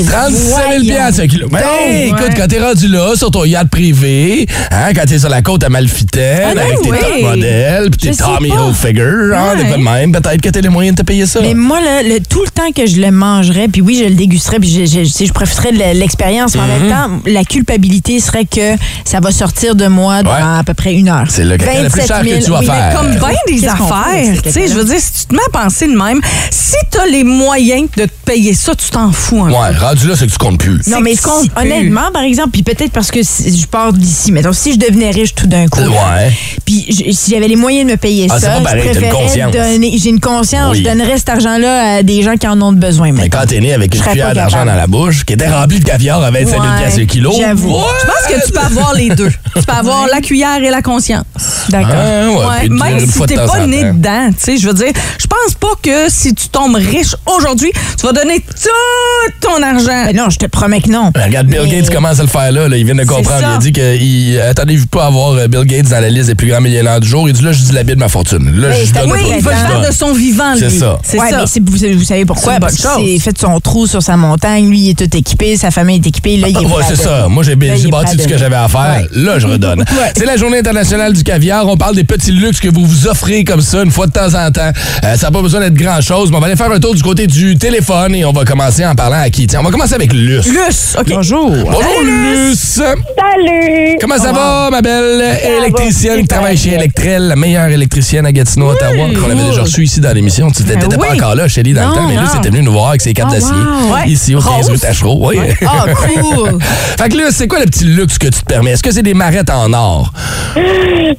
Speaker 3: 37 000 piastres un kilo. Ben,
Speaker 4: ouais.
Speaker 3: écoute, quand t'es rendu là, sur ton yacht privé, hein, quand t'es sur la côte à Malfitaine,
Speaker 4: Ah,
Speaker 3: avec tes
Speaker 4: ouais.
Speaker 3: top modèles, puis
Speaker 6: Je
Speaker 3: tes
Speaker 6: sais
Speaker 3: Tommy
Speaker 6: pas.
Speaker 3: Hilfiger, hein, des
Speaker 4: Ouais.
Speaker 3: fois de même, peut-être que t'as les moyens de te payer ça.
Speaker 6: Mais moi, là, le- tout le temps que je le mangerais, puis oui, je le dégusterais, puis je, je, je- je profiterais de la- l'expérience, mais
Speaker 3: Mhm.
Speaker 6: en même temps, la culpabilité serait que ça va sortir de moi dans
Speaker 3: Ouais.
Speaker 6: à peu près une heure.
Speaker 3: C'est le caca le plus
Speaker 6: 27
Speaker 3: cher que tu
Speaker 6: 000,
Speaker 3: vas
Speaker 6: oui, mais
Speaker 3: faire.
Speaker 4: Comme
Speaker 6: Euh,
Speaker 4: bien des
Speaker 6: qu'est-ce qu'on fait avec
Speaker 4: affaires.
Speaker 6: ces
Speaker 4: Tu sais, je veux dire, si tu te mets à penser de même, si t'as les moyens de te payer ça, tu t'en fous hein. un peu.
Speaker 3: Ouais, rendu là, c'est que tu comptes plus.
Speaker 6: Non,
Speaker 4: C'est
Speaker 6: mais
Speaker 4: que
Speaker 6: ce qu'on-
Speaker 4: si tu-
Speaker 6: honnêtement, par exemple, puis peut-être parce que si je pars d'ici, mettons, si je devenais riche tout d'un coup, là,
Speaker 3: Ouais.
Speaker 6: puis je- si j'avais les moyens de me payer
Speaker 3: Ah, c'est
Speaker 6: ça,
Speaker 3: pas pareil,
Speaker 6: je
Speaker 3: t'as une
Speaker 6: préférerais
Speaker 3: conscience.
Speaker 6: donner, j'ai une conscience,
Speaker 3: Oui.
Speaker 6: je donnerais cet argent-là à des gens qui en ont besoin.
Speaker 3: Mais
Speaker 6: mettons.
Speaker 3: quand t'es né avec
Speaker 6: Je
Speaker 3: une
Speaker 6: serais
Speaker 3: cuillère
Speaker 6: pas
Speaker 3: d'argent
Speaker 6: capable.
Speaker 3: dans la bouche, qui était remplie de caviar à 27 000
Speaker 6: Ouais,
Speaker 3: piastres le kilo.
Speaker 6: j'avoue.
Speaker 3: ouais.
Speaker 4: Je pense que tu peux avoir les deux. Tu peux avoir la cuillère et la conscience.
Speaker 6: D'accord.
Speaker 3: Ah, ouais,
Speaker 4: Ouais,
Speaker 3: puis une-
Speaker 4: même
Speaker 3: une
Speaker 4: si
Speaker 3: fois de
Speaker 4: t'es
Speaker 3: temps
Speaker 4: pas
Speaker 3: en
Speaker 4: né
Speaker 3: temps.
Speaker 4: dedans, tu sais, je veux dire, je pense pas que si tu tombes riche aujourd'hui, tu vas donner tout ton argent.
Speaker 6: Ben non, je te promets que non.
Speaker 3: Regarde, Bill
Speaker 6: Mais-
Speaker 3: Gates commence à le faire là. là. Il vient de comprendre.
Speaker 4: ça.
Speaker 3: Il a dit que, il, attendez, vous pas avoir euh, Bill Gates dans la liste des plus grands millionnaires du jour. Il dit là, je dis la bille de ma fortune. Là,
Speaker 6: Mais
Speaker 3: je
Speaker 6: c'est
Speaker 3: donne
Speaker 6: à-
Speaker 3: pas,
Speaker 4: Oui,
Speaker 3: je
Speaker 4: il veut le
Speaker 3: donne.
Speaker 4: faire de son vivant, lui.
Speaker 3: C'est ça.
Speaker 4: C'est
Speaker 6: Ouais,
Speaker 4: ça.
Speaker 6: mais c'est- vous, vous savez
Speaker 4: C'est
Speaker 6: pourquoi?
Speaker 4: une
Speaker 6: Parce
Speaker 4: bonne
Speaker 6: qu'il
Speaker 4: chose.
Speaker 6: s'est fait son trou sur sa montagne. Lui, il est tout équipé. Sa famille est équipée. Là, il est
Speaker 3: Ouais,
Speaker 6: prêt à
Speaker 3: c'est
Speaker 6: donner.
Speaker 3: ça. Moi, j'ai
Speaker 6: Là, il
Speaker 3: j'ai
Speaker 6: est
Speaker 3: bâti
Speaker 6: prêt à
Speaker 3: ce que
Speaker 6: donner.
Speaker 3: j'avais à faire. Là, je redonne. C'est la journée internationale du caviar. On parle des petits luxes que vous vous offrez comme ça une fois de temps en temps. Euh, ça n'a pas besoin d'être grand-chose, mais on va aller faire un tour du côté du téléphone et on va commencer en parlant à qui? Tiens, on va commencer avec Luce.
Speaker 4: Plus, OK. Bonjour.
Speaker 3: Bonjour, Luce.
Speaker 9: Salut!
Speaker 3: Comment ça va, ma belle électricienne qui travaille chez Electrel, la meilleure électricienne à Gatineau, Ottawa, qu'on avait déjà reçue ici dans l'émission. Tu t'étais t'étais pas
Speaker 4: oui.
Speaker 3: encore là, Chélie, dans le
Speaker 6: Non,
Speaker 3: temps, mais Luce
Speaker 6: non.
Speaker 3: était venue nous voir avec ses câbles
Speaker 6: Oh,
Speaker 3: d'acier.
Speaker 6: wow.
Speaker 4: Ouais.
Speaker 3: Ici, au 15 rue
Speaker 4: Rose.
Speaker 3: Tachereau. Oui.
Speaker 6: Ah, cool!
Speaker 3: Fait que là, c'est quoi le petit luxe que tu te permets? Est-ce que c'est des marettes en or?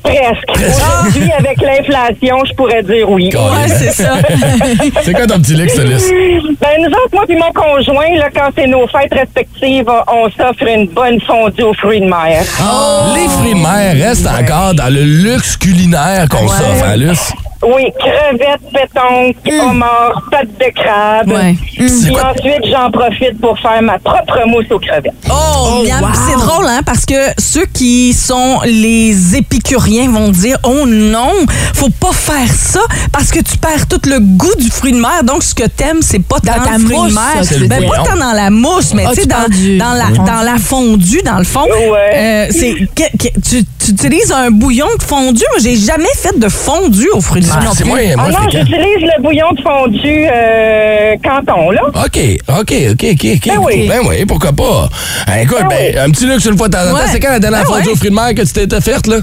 Speaker 9: Presque. Aujourd'hui, avec l'inflation, je pourrais dire oui.
Speaker 4: Ouais, c'est ça.
Speaker 3: hein? c'est quoi ton petit luxe, Luce?
Speaker 9: Ben, nous autres, moi puis mon conjoint, là, quand c'est nos fêtes respectives, on s'offre une bonne fondue aux fruits de mer.
Speaker 3: Les fruits de mer restent encore dans le luxe culinaire qu'on s'offre, hein, Luce?
Speaker 9: Oui, crevettes, pétanque, homard, pâte de crabe.
Speaker 6: Ouais.
Speaker 3: C'est
Speaker 9: Puis
Speaker 3: quoi?
Speaker 9: ensuite, j'en profite pour faire ma propre mousse aux crevettes.
Speaker 4: Oh, miam. Puis C'est drôle, hein, parce que ceux qui sont les épicuriens vont dire Oh non, faut pas faire ça parce que tu perds tout le goût du fruit de mer. Donc, ce que t'aimes, c'est pas
Speaker 6: Dans
Speaker 4: tant
Speaker 6: ta
Speaker 4: le fruit
Speaker 6: mousse,
Speaker 4: de mer.
Speaker 6: ça, tu veux
Speaker 4: Ben,
Speaker 3: dire.
Speaker 4: pas tant dans la mousse, mais
Speaker 6: Ah,
Speaker 4: tu sais,
Speaker 6: tu
Speaker 4: dans,
Speaker 6: parles du-
Speaker 4: dans la,
Speaker 6: Ouais.
Speaker 4: dans la fondue, dans le fond.
Speaker 9: Ouais.
Speaker 4: Euh, c'est, que- que- tu, tu utilises un bouillon de fondue. Moi, j'ai jamais fait de fondue au fruit de mer.
Speaker 3: C'est moi,
Speaker 9: Ah
Speaker 3: moi,
Speaker 9: non,
Speaker 3: fréquent.
Speaker 9: j'utilise le bouillon de fondue euh, canton, là.
Speaker 3: OK, OK, OK, OK, OK.
Speaker 9: Ben oui.
Speaker 3: Ben oui, pourquoi pas? Hein, écoute,
Speaker 9: Ben
Speaker 3: ben, un petit luxe une fois de temps en temps.
Speaker 4: Ouais.
Speaker 3: C'est quand la dernière
Speaker 4: Ben
Speaker 3: fois
Speaker 4: ouais.
Speaker 3: aux fruits de mer que tu t'es offerte, là?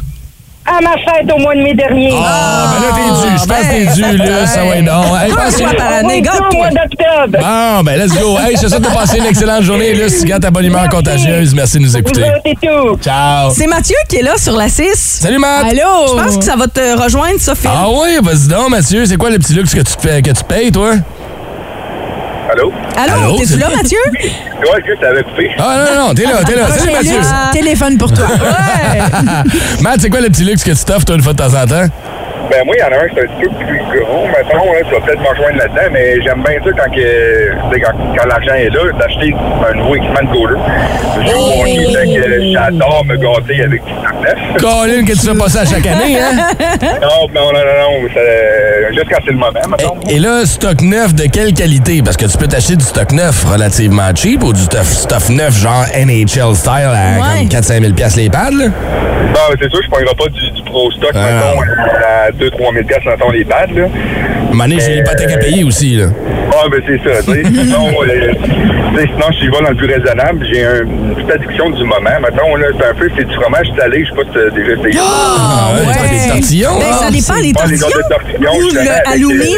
Speaker 9: À ma fête au mois de mai dernier.
Speaker 3: Ah, ben là, t'es dû. Je pense que t'es dû, là. Ça, ouais, non. Hey,
Speaker 4: Trois
Speaker 3: passe
Speaker 4: fois
Speaker 3: une-
Speaker 4: par année,
Speaker 9: Oui, au
Speaker 4: garde-toi.
Speaker 9: mois d'octobre.
Speaker 3: Bon, ben, let's go. Hey, je te souhaite de passer une excellente journée, Luce. Garde ta bonne humeur
Speaker 9: Merci.
Speaker 3: contagieuse. Merci de nous
Speaker 9: Vous
Speaker 3: écouter.
Speaker 9: autres et tout.
Speaker 3: Ciao.
Speaker 4: C'est Mathieu qui est là sur la 6.
Speaker 3: Salut, Matt.
Speaker 4: Allô? Je pense que ça va te rejoindre, Sophie.
Speaker 3: Ah oui, vas-y donc, Mathieu. C'est quoi le petit luxe que tu, te fais, que tu payes, toi?
Speaker 10: Allô?
Speaker 4: Allô,
Speaker 6: Ah,
Speaker 3: Allô,
Speaker 4: t'es-tu là,
Speaker 3: c'est-
Speaker 4: Mathieu?
Speaker 10: Ouais, juste avec coupé.
Speaker 3: Ah non, non, t'es là, t'es là. Salut,
Speaker 6: Chez
Speaker 3: Mathieu.
Speaker 6: Luce, téléphone pour toi.
Speaker 3: Matt, c'est quoi le petit luxe que tu t'offres, toi, une fois de temps en temps?
Speaker 10: Ben moi, il y en a un, c'est un petit peu plus gros, mettons, là, tu vas peut-être me rejoindre là-dedans, mais j'aime bien ça quand, que, tu sais, quand, quand l'argent est là, d'acheter un nouveau équipement de goleur. J'ai mon livre, fait que j'adore me gâter avec du temps neuf.
Speaker 3: Colin, que tu fais passer à chaque année, hein?
Speaker 10: Non, non, non, non, non, ça- juste quand c'est le moment, mettons.
Speaker 3: Et, et là, stock neuf de quelle qualité? Parce que tu peux t'acheter du stock neuf relativement cheap ou du stuff, stuff neuf genre NHL style à
Speaker 4: Ouais.
Speaker 3: comme 4-5 000 piastres les pads, là?
Speaker 10: Bon, Ben, c'est sûr, je ne prendrai pas du, du pro stock,
Speaker 3: Ah.
Speaker 10: mettons, à 2-3 000 piastres, mettons, les pads, là.
Speaker 3: À un moment donné, j'ai l'hypothèque à payer aussi, là.
Speaker 10: Ah, ben c'est ça, tu sais. Sinon, euh, tu sais, sinon, je vais dans le plus raisonnable. J'ai un- une petite addiction du moment. Mettons, là, c'est un peu, c'est du fromage salé, je sais pas si t'as déjà essayé.
Speaker 3: Ah, ouais,
Speaker 4: ouais.
Speaker 3: tu fais des tortillons,
Speaker 4: Ben,
Speaker 3: hein?
Speaker 4: ça dépend les
Speaker 10: Ah, les
Speaker 4: tortillons
Speaker 10: autres tortillons,
Speaker 4: ou
Speaker 10: justement,
Speaker 4: le
Speaker 10: avec,
Speaker 4: halloumi.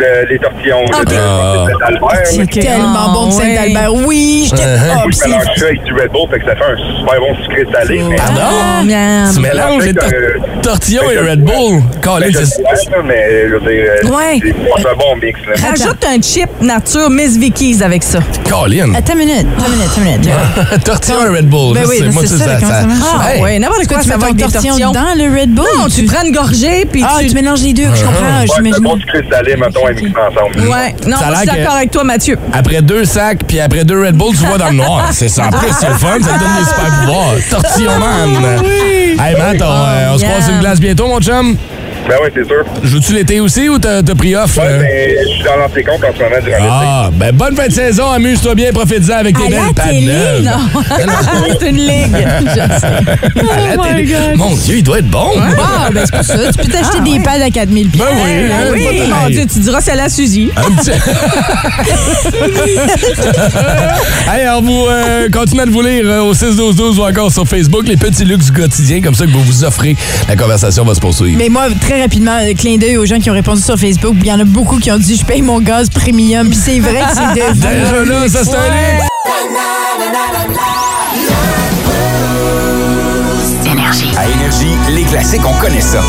Speaker 10: euh, le- les tortillons.
Speaker 6: Ah,
Speaker 10: le-
Speaker 6: t'es-
Speaker 10: le- le- Albert,
Speaker 6: C'est
Speaker 10: là.
Speaker 6: tellement bon de Saint-Albert. Oui,
Speaker 3: Ah,
Speaker 6: j'étais
Speaker 10: Moi,
Speaker 3: hein?
Speaker 10: je
Speaker 6: obsédée.
Speaker 10: mélange ça avec du Red Bull, fait que ça fait un super bon sucré salé. mais-
Speaker 6: Ah,
Speaker 3: Pardon?
Speaker 4: Miam.
Speaker 3: Tu mélanges les tor- tortillons et Red Bull. Colin,
Speaker 10: Je
Speaker 3: c'est-
Speaker 10: le sais, là, mais je veux dire, euh,
Speaker 4: Ouais.
Speaker 10: c'est c'est un bon mix. là.
Speaker 4: Rajoute un chip nature Miss Vicky's avec ça.
Speaker 3: Colin.
Speaker 6: Attends une minute, attends une minute, attends une minute.
Speaker 3: Tortillon et Red Bull.
Speaker 6: Ben
Speaker 3: là,
Speaker 6: oui, ben
Speaker 3: moi,
Speaker 6: c'est ça, comment ça marche?
Speaker 4: Ah
Speaker 3: Hey,
Speaker 4: ouais, n'importe quoi,
Speaker 6: Quoi, tu
Speaker 4: ça
Speaker 6: mets
Speaker 4: va
Speaker 6: ton
Speaker 4: avec des
Speaker 6: tortillon
Speaker 4: tortillons.
Speaker 6: dedans, le Red Bull?
Speaker 4: Non, tu prends une gorgée, puis
Speaker 6: Ah, tu mélanges les deux, je comprends,
Speaker 10: Ouais, c'est un
Speaker 6: j'imagine.
Speaker 10: bon sucré salé, mettons, et mixé ensemble.
Speaker 4: Ouais, non,
Speaker 3: Ça a
Speaker 4: moi, je suis
Speaker 3: l'air que-
Speaker 4: d'accord avec toi, Mathieu.
Speaker 3: Après deux sacs, puis après deux Red Bull, tu vois dans le noir. C'est ça. En plus, c'est le fun, ça te donne des super pouvoirs. Tortillon man.
Speaker 6: Ah
Speaker 3: Hey, Matt, on, euh, on se
Speaker 6: Yum.
Speaker 3: passe une glace bientôt, mon chum.
Speaker 10: Ben oui, c'est sûr.
Speaker 3: Joues-tu l'été aussi ou t'as t'as pris off?
Speaker 10: Ouais,
Speaker 3: euh?
Speaker 10: mais je suis dans l'ancien compte en ce moment durant l'été.
Speaker 3: Ah, ben bonne fin de saison, amuse-toi bien, profite-en avec tes
Speaker 6: À la
Speaker 3: belles pattes
Speaker 6: télé,
Speaker 3: neuves.
Speaker 6: non. C'est une ligue. Je sais.
Speaker 3: À la
Speaker 6: Oh my
Speaker 3: télé.
Speaker 6: God.
Speaker 3: Mon Dieu, il doit être bon.
Speaker 6: Ah, ben c'est pour ça. Tu peux t'acheter des pads à 4000
Speaker 3: Ben oui,
Speaker 6: pièces.
Speaker 3: hein,
Speaker 4: Oui,
Speaker 3: pas
Speaker 4: mon
Speaker 3: pareil.
Speaker 4: Dieu, tu diras c'est à la Suzy.
Speaker 3: Un petit- hey, alors vous euh, continuez de vous lire euh, au 6-12-12 ou encore sur Facebook, les petits luxes quotidiens comme ça que vous vous offrez. La conversation va se poursuivre.
Speaker 6: Mais moi, très rapidement, euh, clin d'œil aux gens qui ont répondu sur Facebook. Il y en a beaucoup qui ont dit je paye mon gaz premium. Puis c'est vrai que c'est devenu.
Speaker 3: Déjà là, ça c'est un luxe.
Speaker 2: Énergie.
Speaker 11: À Énergie, les classiques, on connaît ça.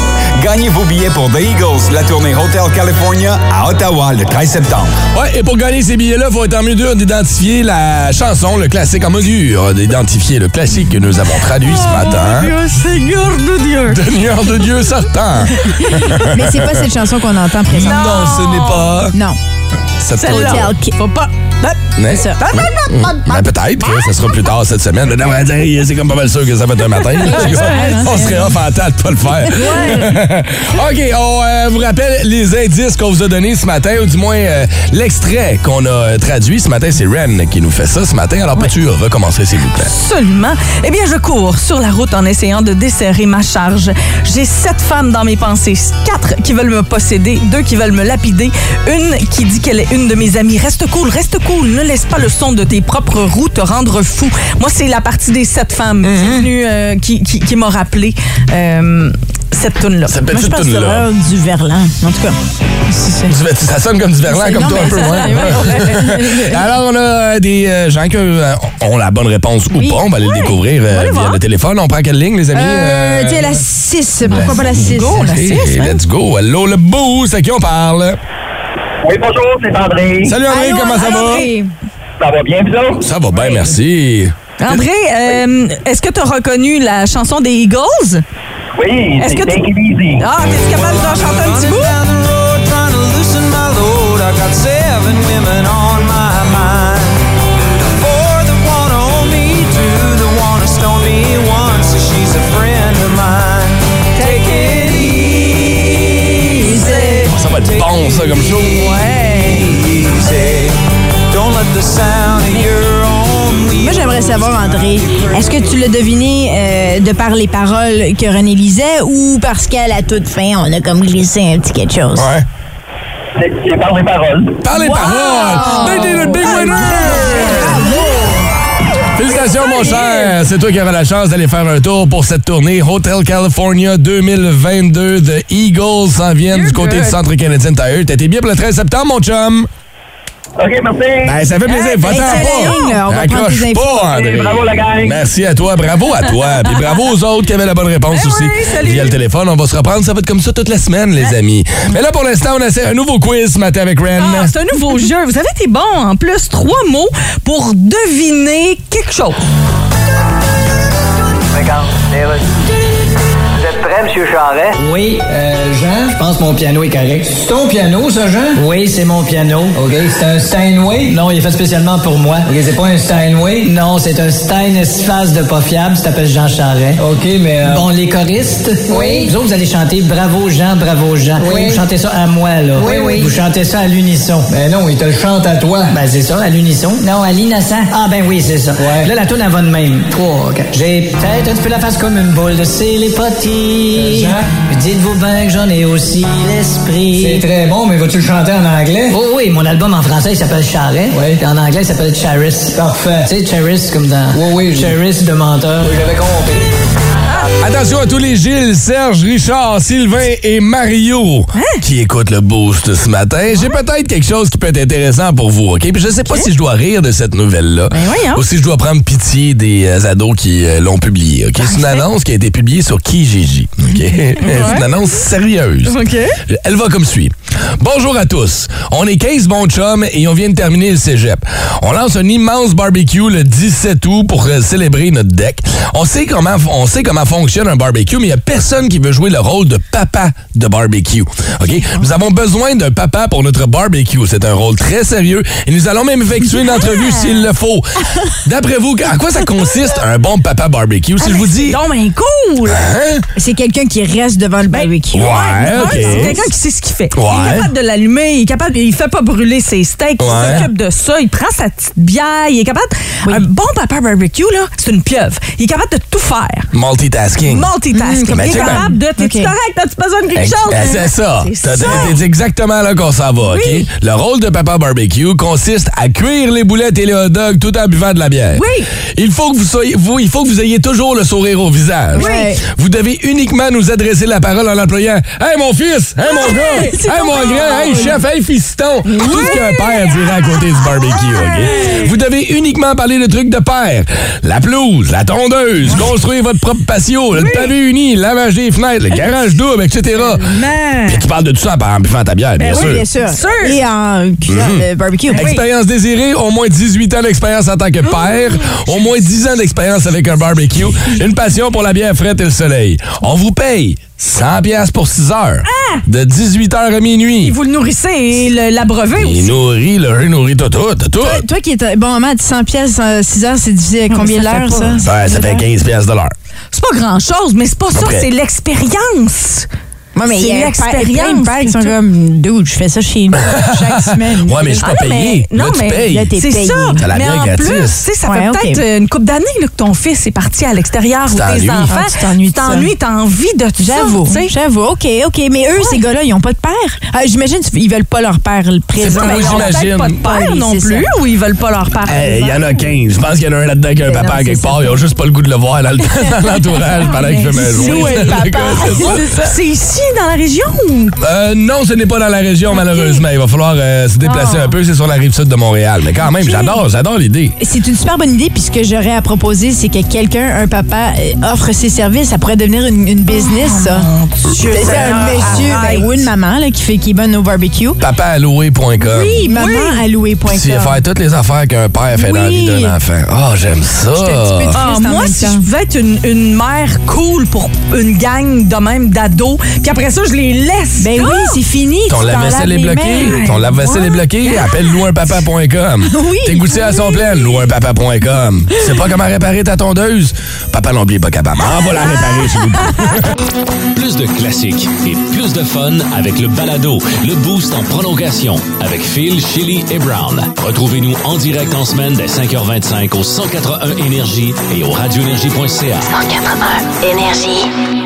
Speaker 11: Gagnez vos billets pour The Eagles, la tournée Hotel California à Ottawa le 13 septembre.
Speaker 3: Ouais, et pour gagner ces billets-là, faut être en mesure d'identifier la chanson, le classique en mesure d'identifier le classique que nous avons traduit ce matin.
Speaker 4: Seigneur de Dieu.
Speaker 3: Seigneur de Dieu sortant.
Speaker 6: Mais c'est pas cette chanson qu'on entend présentement.
Speaker 3: Non, ce n'est pas
Speaker 6: Non.
Speaker 3: cette
Speaker 6: Hotel
Speaker 3: tournée.
Speaker 6: Ki-
Speaker 4: Faut pas.
Speaker 3: Mais-
Speaker 6: ça.
Speaker 3: Mais peut-être, que ça sera plus tard cette semaine. Mais non, mais dire, c'est comme pas mal sûr que ça va être un matin. on serait off en temps de pas le faire. OK, on euh, vous rappelle les indices qu'on vous a donnés ce matin, ou du moins euh, l'extrait qu'on a euh, traduit ce matin. C'est Ren qui nous fait ça ce matin. Alors, peux-tu recommencer, s'il vous plaît?
Speaker 4: Absolument. Eh bien, je cours sur la route en essayant de desserrer ma charge. J'ai sept femmes dans mes pensées, quatre qui veulent me posséder, deux qui veulent me lapider, une qui dit qu'elle est une de mes amies. Reste cool, reste cool. Ne laisse pas le son de tes propres roues te rendre fou. Moi, c'est la partie des sept
Speaker 6: Mhm.
Speaker 4: femmes qui est venue, euh, qui, qui- qui m'a rappelé euh, cette tune-là.
Speaker 3: Cette
Speaker 6: Moi, je
Speaker 3: petite
Speaker 6: pense que c'est
Speaker 3: toune-là.
Speaker 6: l'heure du Verlan. En tout cas, Euh, c'est ça.
Speaker 3: Du- Ça sonne comme du verlan,
Speaker 6: C'est-
Speaker 3: comme
Speaker 6: non,
Speaker 3: toi un
Speaker 6: mais
Speaker 3: peu.
Speaker 6: ça-
Speaker 3: ouais. Alors, on a euh, des euh, gens qui euh, ont la bonne réponse ou pas. On va aller le découvrir euh, via le téléphone. On prend quelle ligne, les amis?
Speaker 6: Euh,
Speaker 3: Euh,
Speaker 6: tu sais, la 6. Pourquoi pas la hein? 6?
Speaker 3: OK,
Speaker 4: hein?
Speaker 3: hein? Let's go. Allô, le boost. À qui on parle?
Speaker 10: Oui, bonjour, c'est André.
Speaker 3: Salut, André. comment ça va?
Speaker 10: Ça va bien, vous autres?
Speaker 3: Ça va bien, merci.
Speaker 4: André, euh, est-ce que tu as reconnu la chanson des Eagles?
Speaker 10: Oui,
Speaker 4: Est-ce que tu-
Speaker 10: Take It Easy.
Speaker 4: Ah, t'es capable d'en chanter un petit bout?
Speaker 3: Ça va être bon, ça, comme show.
Speaker 6: Moi, j'aimerais savoir, André, est-ce que tu l'as deviné euh, de par les paroles que René lisait ou parce qu'à la toute fin, on a comme glissé un petit quelque chose?
Speaker 3: Ouais.
Speaker 10: C'est c'est par les paroles.
Speaker 3: Par les
Speaker 4: Ah!
Speaker 3: paroles. Ben, t'es notre big winner. Félicitations, mon cher. C'est toi qui avais la chance d'aller faire un tour pour cette tournée Hotel California 2022. The Eagles s'en viennent du côté du Centre canadien Tire. T'étais bien pour le 13 septembre, mon chum.
Speaker 10: OK, merci.
Speaker 3: Ben, ça fait plaisir. Va-t'en
Speaker 6: excellent.
Speaker 3: pas.
Speaker 6: On va prendre
Speaker 3: Raccroche
Speaker 6: tes infos.
Speaker 3: pas, André.
Speaker 10: Bravo, la gang.
Speaker 3: Merci à toi. Bravo à toi. Puis bravo aux autres qui avaient la bonne réponse
Speaker 6: Ben
Speaker 3: aussi. Via le téléphone, on va se reprendre. Ça va être comme ça toute la semaine, les amis. Mais là, pour l'instant, on essaie un nouveau quiz ce matin avec Ren.
Speaker 4: Ah, c'est un nouveau jeu. Vous avez été bon en plus trois mots pour deviner quelque chose.
Speaker 12: Vous êtes prêt, M. Charret? Oui, euh, Jean, je pense que mon piano est correct. C'est ton piano, ça, Jean? Oui, c'est mon piano. OK, c'est un Steinway? Non, il est fait spécialement pour moi. OK, c'est pas un Steinway? Non, c'est un Stein Esphase de pas fiable, ça s'appelle Jean Charret. OK, mais... Bon, les choristes? Oui. Vous autres, vous allez chanter Bravo Jean, Bravo Jean. Oui. Vous chantez ça à moi, là. Oui, oui. Vous chantez ça à l'unisson. Ben non, il te le chante à toi. Ben c'est ça, à l'unisson. Non, à l'innocent. Ah ben oui, c'est ça. Là, la tourne, elle va de même. Trois, quatre. J'ai peut-être un petit peu la face comme une boule de célépatie. Dites-vous bien que j'en ai aussi l'esprit. C'est très bon, mais vas-tu le chanter en anglais? Oh oui, mon album en français, il s'appelle Charret. Oui. en anglais, il s'appelle Charis. Parfait. Tu sais, Charis comme dans... Oui, oui. Charis de menteur. Oui, j'avais compris.
Speaker 3: Ah, Attention à tous les Gilles, Serge, Richard, Sylvain et Mario qui écoutent le boost ce matin. J'ai peut-être quelque chose qui peut être intéressant pour vous, OK? Puis je sais pas si je dois rire de cette nouvelle-là ou si je dois prendre pitié des euh, ados qui euh, l'ont publiée, OK? C'est une annonce qui a été publiée sur Kijiji, OK? C'est une annonce sérieuse.
Speaker 4: OK.
Speaker 3: Elle va comme suit. Bonjour à tous. On est 15 bons chums et on vient de terminer le cégep. On lance un immense barbecue le 17 août pour euh, célébrer notre deck. On sait comment on sait comment fonctionne un barbecue, mais il y a personne qui veut jouer le rôle de papa de barbecue. OK? Nous avons besoin d'un papa pour notre barbecue. C'est un rôle très sérieux et nous allons même effectuer une entrevue s'il le faut. D'après vous, à quoi ça consiste un bon papa barbecue
Speaker 4: Ah,
Speaker 6: Ah,
Speaker 3: si je
Speaker 6: ben,
Speaker 3: vous dis
Speaker 6: Non, mais cool!
Speaker 3: Hein?
Speaker 6: C'est quelqu'un qui reste devant le barbecue.
Speaker 3: Ben, Ouais,
Speaker 4: Un,
Speaker 3: OK.
Speaker 4: C'est quelqu'un qui sait ce qu'il fait. Il
Speaker 3: Ouais.
Speaker 4: est capable de l'allumer, il est capable, il fait pas brûler ses steaks,
Speaker 3: Ouais.
Speaker 4: il s'occupe de ça, il prend sa petite bière, il est capable. Un bon papa barbecue, là, c'est une pieuvre. Il est capable de tout faire.
Speaker 3: Multitasking.
Speaker 4: Multitasking.
Speaker 3: Mais
Speaker 4: il est
Speaker 3: check bien.
Speaker 4: capable de. T'es-tu
Speaker 3: Ben, OK.
Speaker 4: correct? T'as-tu besoin de quelque
Speaker 3: Ex-
Speaker 4: chose?
Speaker 3: Ben, C'est ça.
Speaker 4: hein. C'est
Speaker 3: T'as-
Speaker 4: ça.
Speaker 3: C'est exactement là qu'on s'en va,
Speaker 4: Oui.
Speaker 3: OK? Le rôle de Papa Barbecue consiste à cuire les boulettes et les hot dogs tout en buvant de la bière.
Speaker 4: Oui.
Speaker 3: Il faut que vous soyez, vous, il faut que vous ayez toujours le sourire au visage.
Speaker 4: Oui.
Speaker 3: Vous devez uniquement nous adresser la parole en l'employant. Hey, mon fils! Hey, mon
Speaker 4: Oui,
Speaker 3: gars!
Speaker 4: Ah c'est
Speaker 3: Hey, mon
Speaker 4: ton
Speaker 3: grand! Hey,
Speaker 4: rôle.
Speaker 3: chef! Hey, fiston! Tout ce qu'un père dirait à côté du barbecue,
Speaker 6: Ah,
Speaker 3: OK? Vous devez uniquement parler de trucs de père. La pelouse, la tondeuse, construire votre propre patio, le pavé uni, lavage des fenêtres, le garage double, etc.
Speaker 4: Ah.
Speaker 3: Puis tu parles de tout ça en buvant ta bière, bien
Speaker 6: Ben oui,
Speaker 3: sûr.
Speaker 6: bien sûr. Ben Et en cuisant
Speaker 3: Mhm.
Speaker 4: euh,
Speaker 6: le barbecue.
Speaker 3: Expérience désirée, au moins 18 ans d'expérience en
Speaker 6: Mmh.
Speaker 3: tant que père, au moins 10 ans d'expérience avec un barbecue, une passion pour la bière frette et le soleil. On vous paye 100 pièces pour 6 heures,
Speaker 6: Ah!
Speaker 3: de 18h à
Speaker 4: Et
Speaker 3: minuit.
Speaker 4: vous le nourrissez et le- l'abreuvez
Speaker 3: Il
Speaker 4: aussi.
Speaker 3: nourrit, le nourrit tout, tout, tout.
Speaker 6: Toi, toi qui es un bon moment, 100 pièces, 6 heures, c'est divisé à combien
Speaker 4: mais ça
Speaker 6: d'heures,
Speaker 4: fait
Speaker 6: ça?
Speaker 4: pas-
Speaker 3: Ouais, ça fait 15 pièces de l'heure.
Speaker 4: C'est pas grand-chose, mais c'est pas ça,
Speaker 3: près.
Speaker 4: c'est l'expérience.
Speaker 6: Ouais, mais il y
Speaker 4: c'est
Speaker 6: a plein
Speaker 4: l'expérience.
Speaker 6: de pères qui sont comme, dude, je fais ça chez nous chaque semaine.
Speaker 3: Ouais, mais je suis pas
Speaker 4: Ah non,
Speaker 3: payé.
Speaker 4: mais- non,
Speaker 3: là, tu
Speaker 4: mais
Speaker 3: payes.
Speaker 6: là, t'es
Speaker 4: C'est
Speaker 6: payé.
Speaker 4: ça.
Speaker 3: T'as la
Speaker 4: mais
Speaker 3: bière
Speaker 4: en
Speaker 3: gratis.
Speaker 4: plus, tu sais, ça
Speaker 6: Ouais,
Speaker 4: fait
Speaker 6: ok.
Speaker 4: peut-être euh, une couple d'années là, que ton fils est parti à l'extérieur ou
Speaker 3: t'ennuies.
Speaker 4: tes enfants.
Speaker 6: Ah, tu t'ennuies de ça.
Speaker 4: T'ennuies, t'as envie de tout ça.
Speaker 6: J'avoue,
Speaker 4: tu sais.
Speaker 6: j'avoue. OK, OK. Mais eux, ces gars-là, ils n'ont pas de père. Ah, J'imagine qu'ils veulent pas leur père le présent.
Speaker 3: pas moi,
Speaker 6: Ils ont
Speaker 3: j'imagine.
Speaker 6: peut-être
Speaker 4: Pas de père
Speaker 6: Ah Oui,
Speaker 4: non
Speaker 6: c'est ça.
Speaker 4: plus ou ils veulent pas leur père.
Speaker 3: Hey, Euh, Il y en a 15. Je pense qu'il y en a un là-dedans qui a un papa à quelque part. Ils ont juste pas le goût de le voir dans le- dans l'entourage pendant qu'il fait ma
Speaker 4: Où
Speaker 3: journée.
Speaker 4: est le papa?
Speaker 3: C'est ça.
Speaker 4: C'est ça. C'est ici, dans la région? ou-
Speaker 3: Euh, non, ce n'est pas dans la région, malheureusement. Il va falloir euh, se déplacer un peu. C'est sur la rive sud de Montréal. Mais quand même, j'adore, j'adore l'idée.
Speaker 6: C'est une super bonne idée, puis ce que j'aurais à proposer, c'est que quelqu'un, un papa, euh, offre ses services. Ça pourrait devenir une, une business, ça.
Speaker 4: Oh,
Speaker 6: C'est un monsieur ben, ou une maman là, qui, fait, qui est bonne au barbecue.
Speaker 3: Papaaloué.com.
Speaker 6: Oui, mamanalloué.com.
Speaker 3: Tu vas faire toutes les affaires qu'un père fait dans la vie
Speaker 6: Oui.
Speaker 3: d'un enfant. Oh, j'aime ça.
Speaker 6: J'étais un petit peu
Speaker 4: Ah,
Speaker 6: triste en
Speaker 4: moi,
Speaker 6: même
Speaker 4: si
Speaker 6: temps.
Speaker 4: je pouvais être une, une mère cool pour une gang de même d'ados, puis après ça, je les laisse.
Speaker 6: Ben oui, c'est fini.
Speaker 3: Ton
Speaker 6: tu t'en
Speaker 3: lave-vaisselle
Speaker 6: laves
Speaker 3: est
Speaker 6: les
Speaker 3: bloqué.
Speaker 6: mains.
Speaker 3: Ton lave-vaisselle est bloqué. Appelle louunpapa.com.
Speaker 6: Oui.
Speaker 3: Tes gouttières sont pleines. Louunpapa.com. Tu sais pas comment réparer ta tondeuse? Papa n'oublie pas capable. Ah, va la réparer chez vous.
Speaker 1: Plus de classiques et plus de fun avec le balado, le boost en prolongation avec Phil, Chili et Brown. Retrouvez-nous en direct en semaine dès 5h25 au 181 Énergie et au radioénergie.ca.
Speaker 2: 181 Énergie.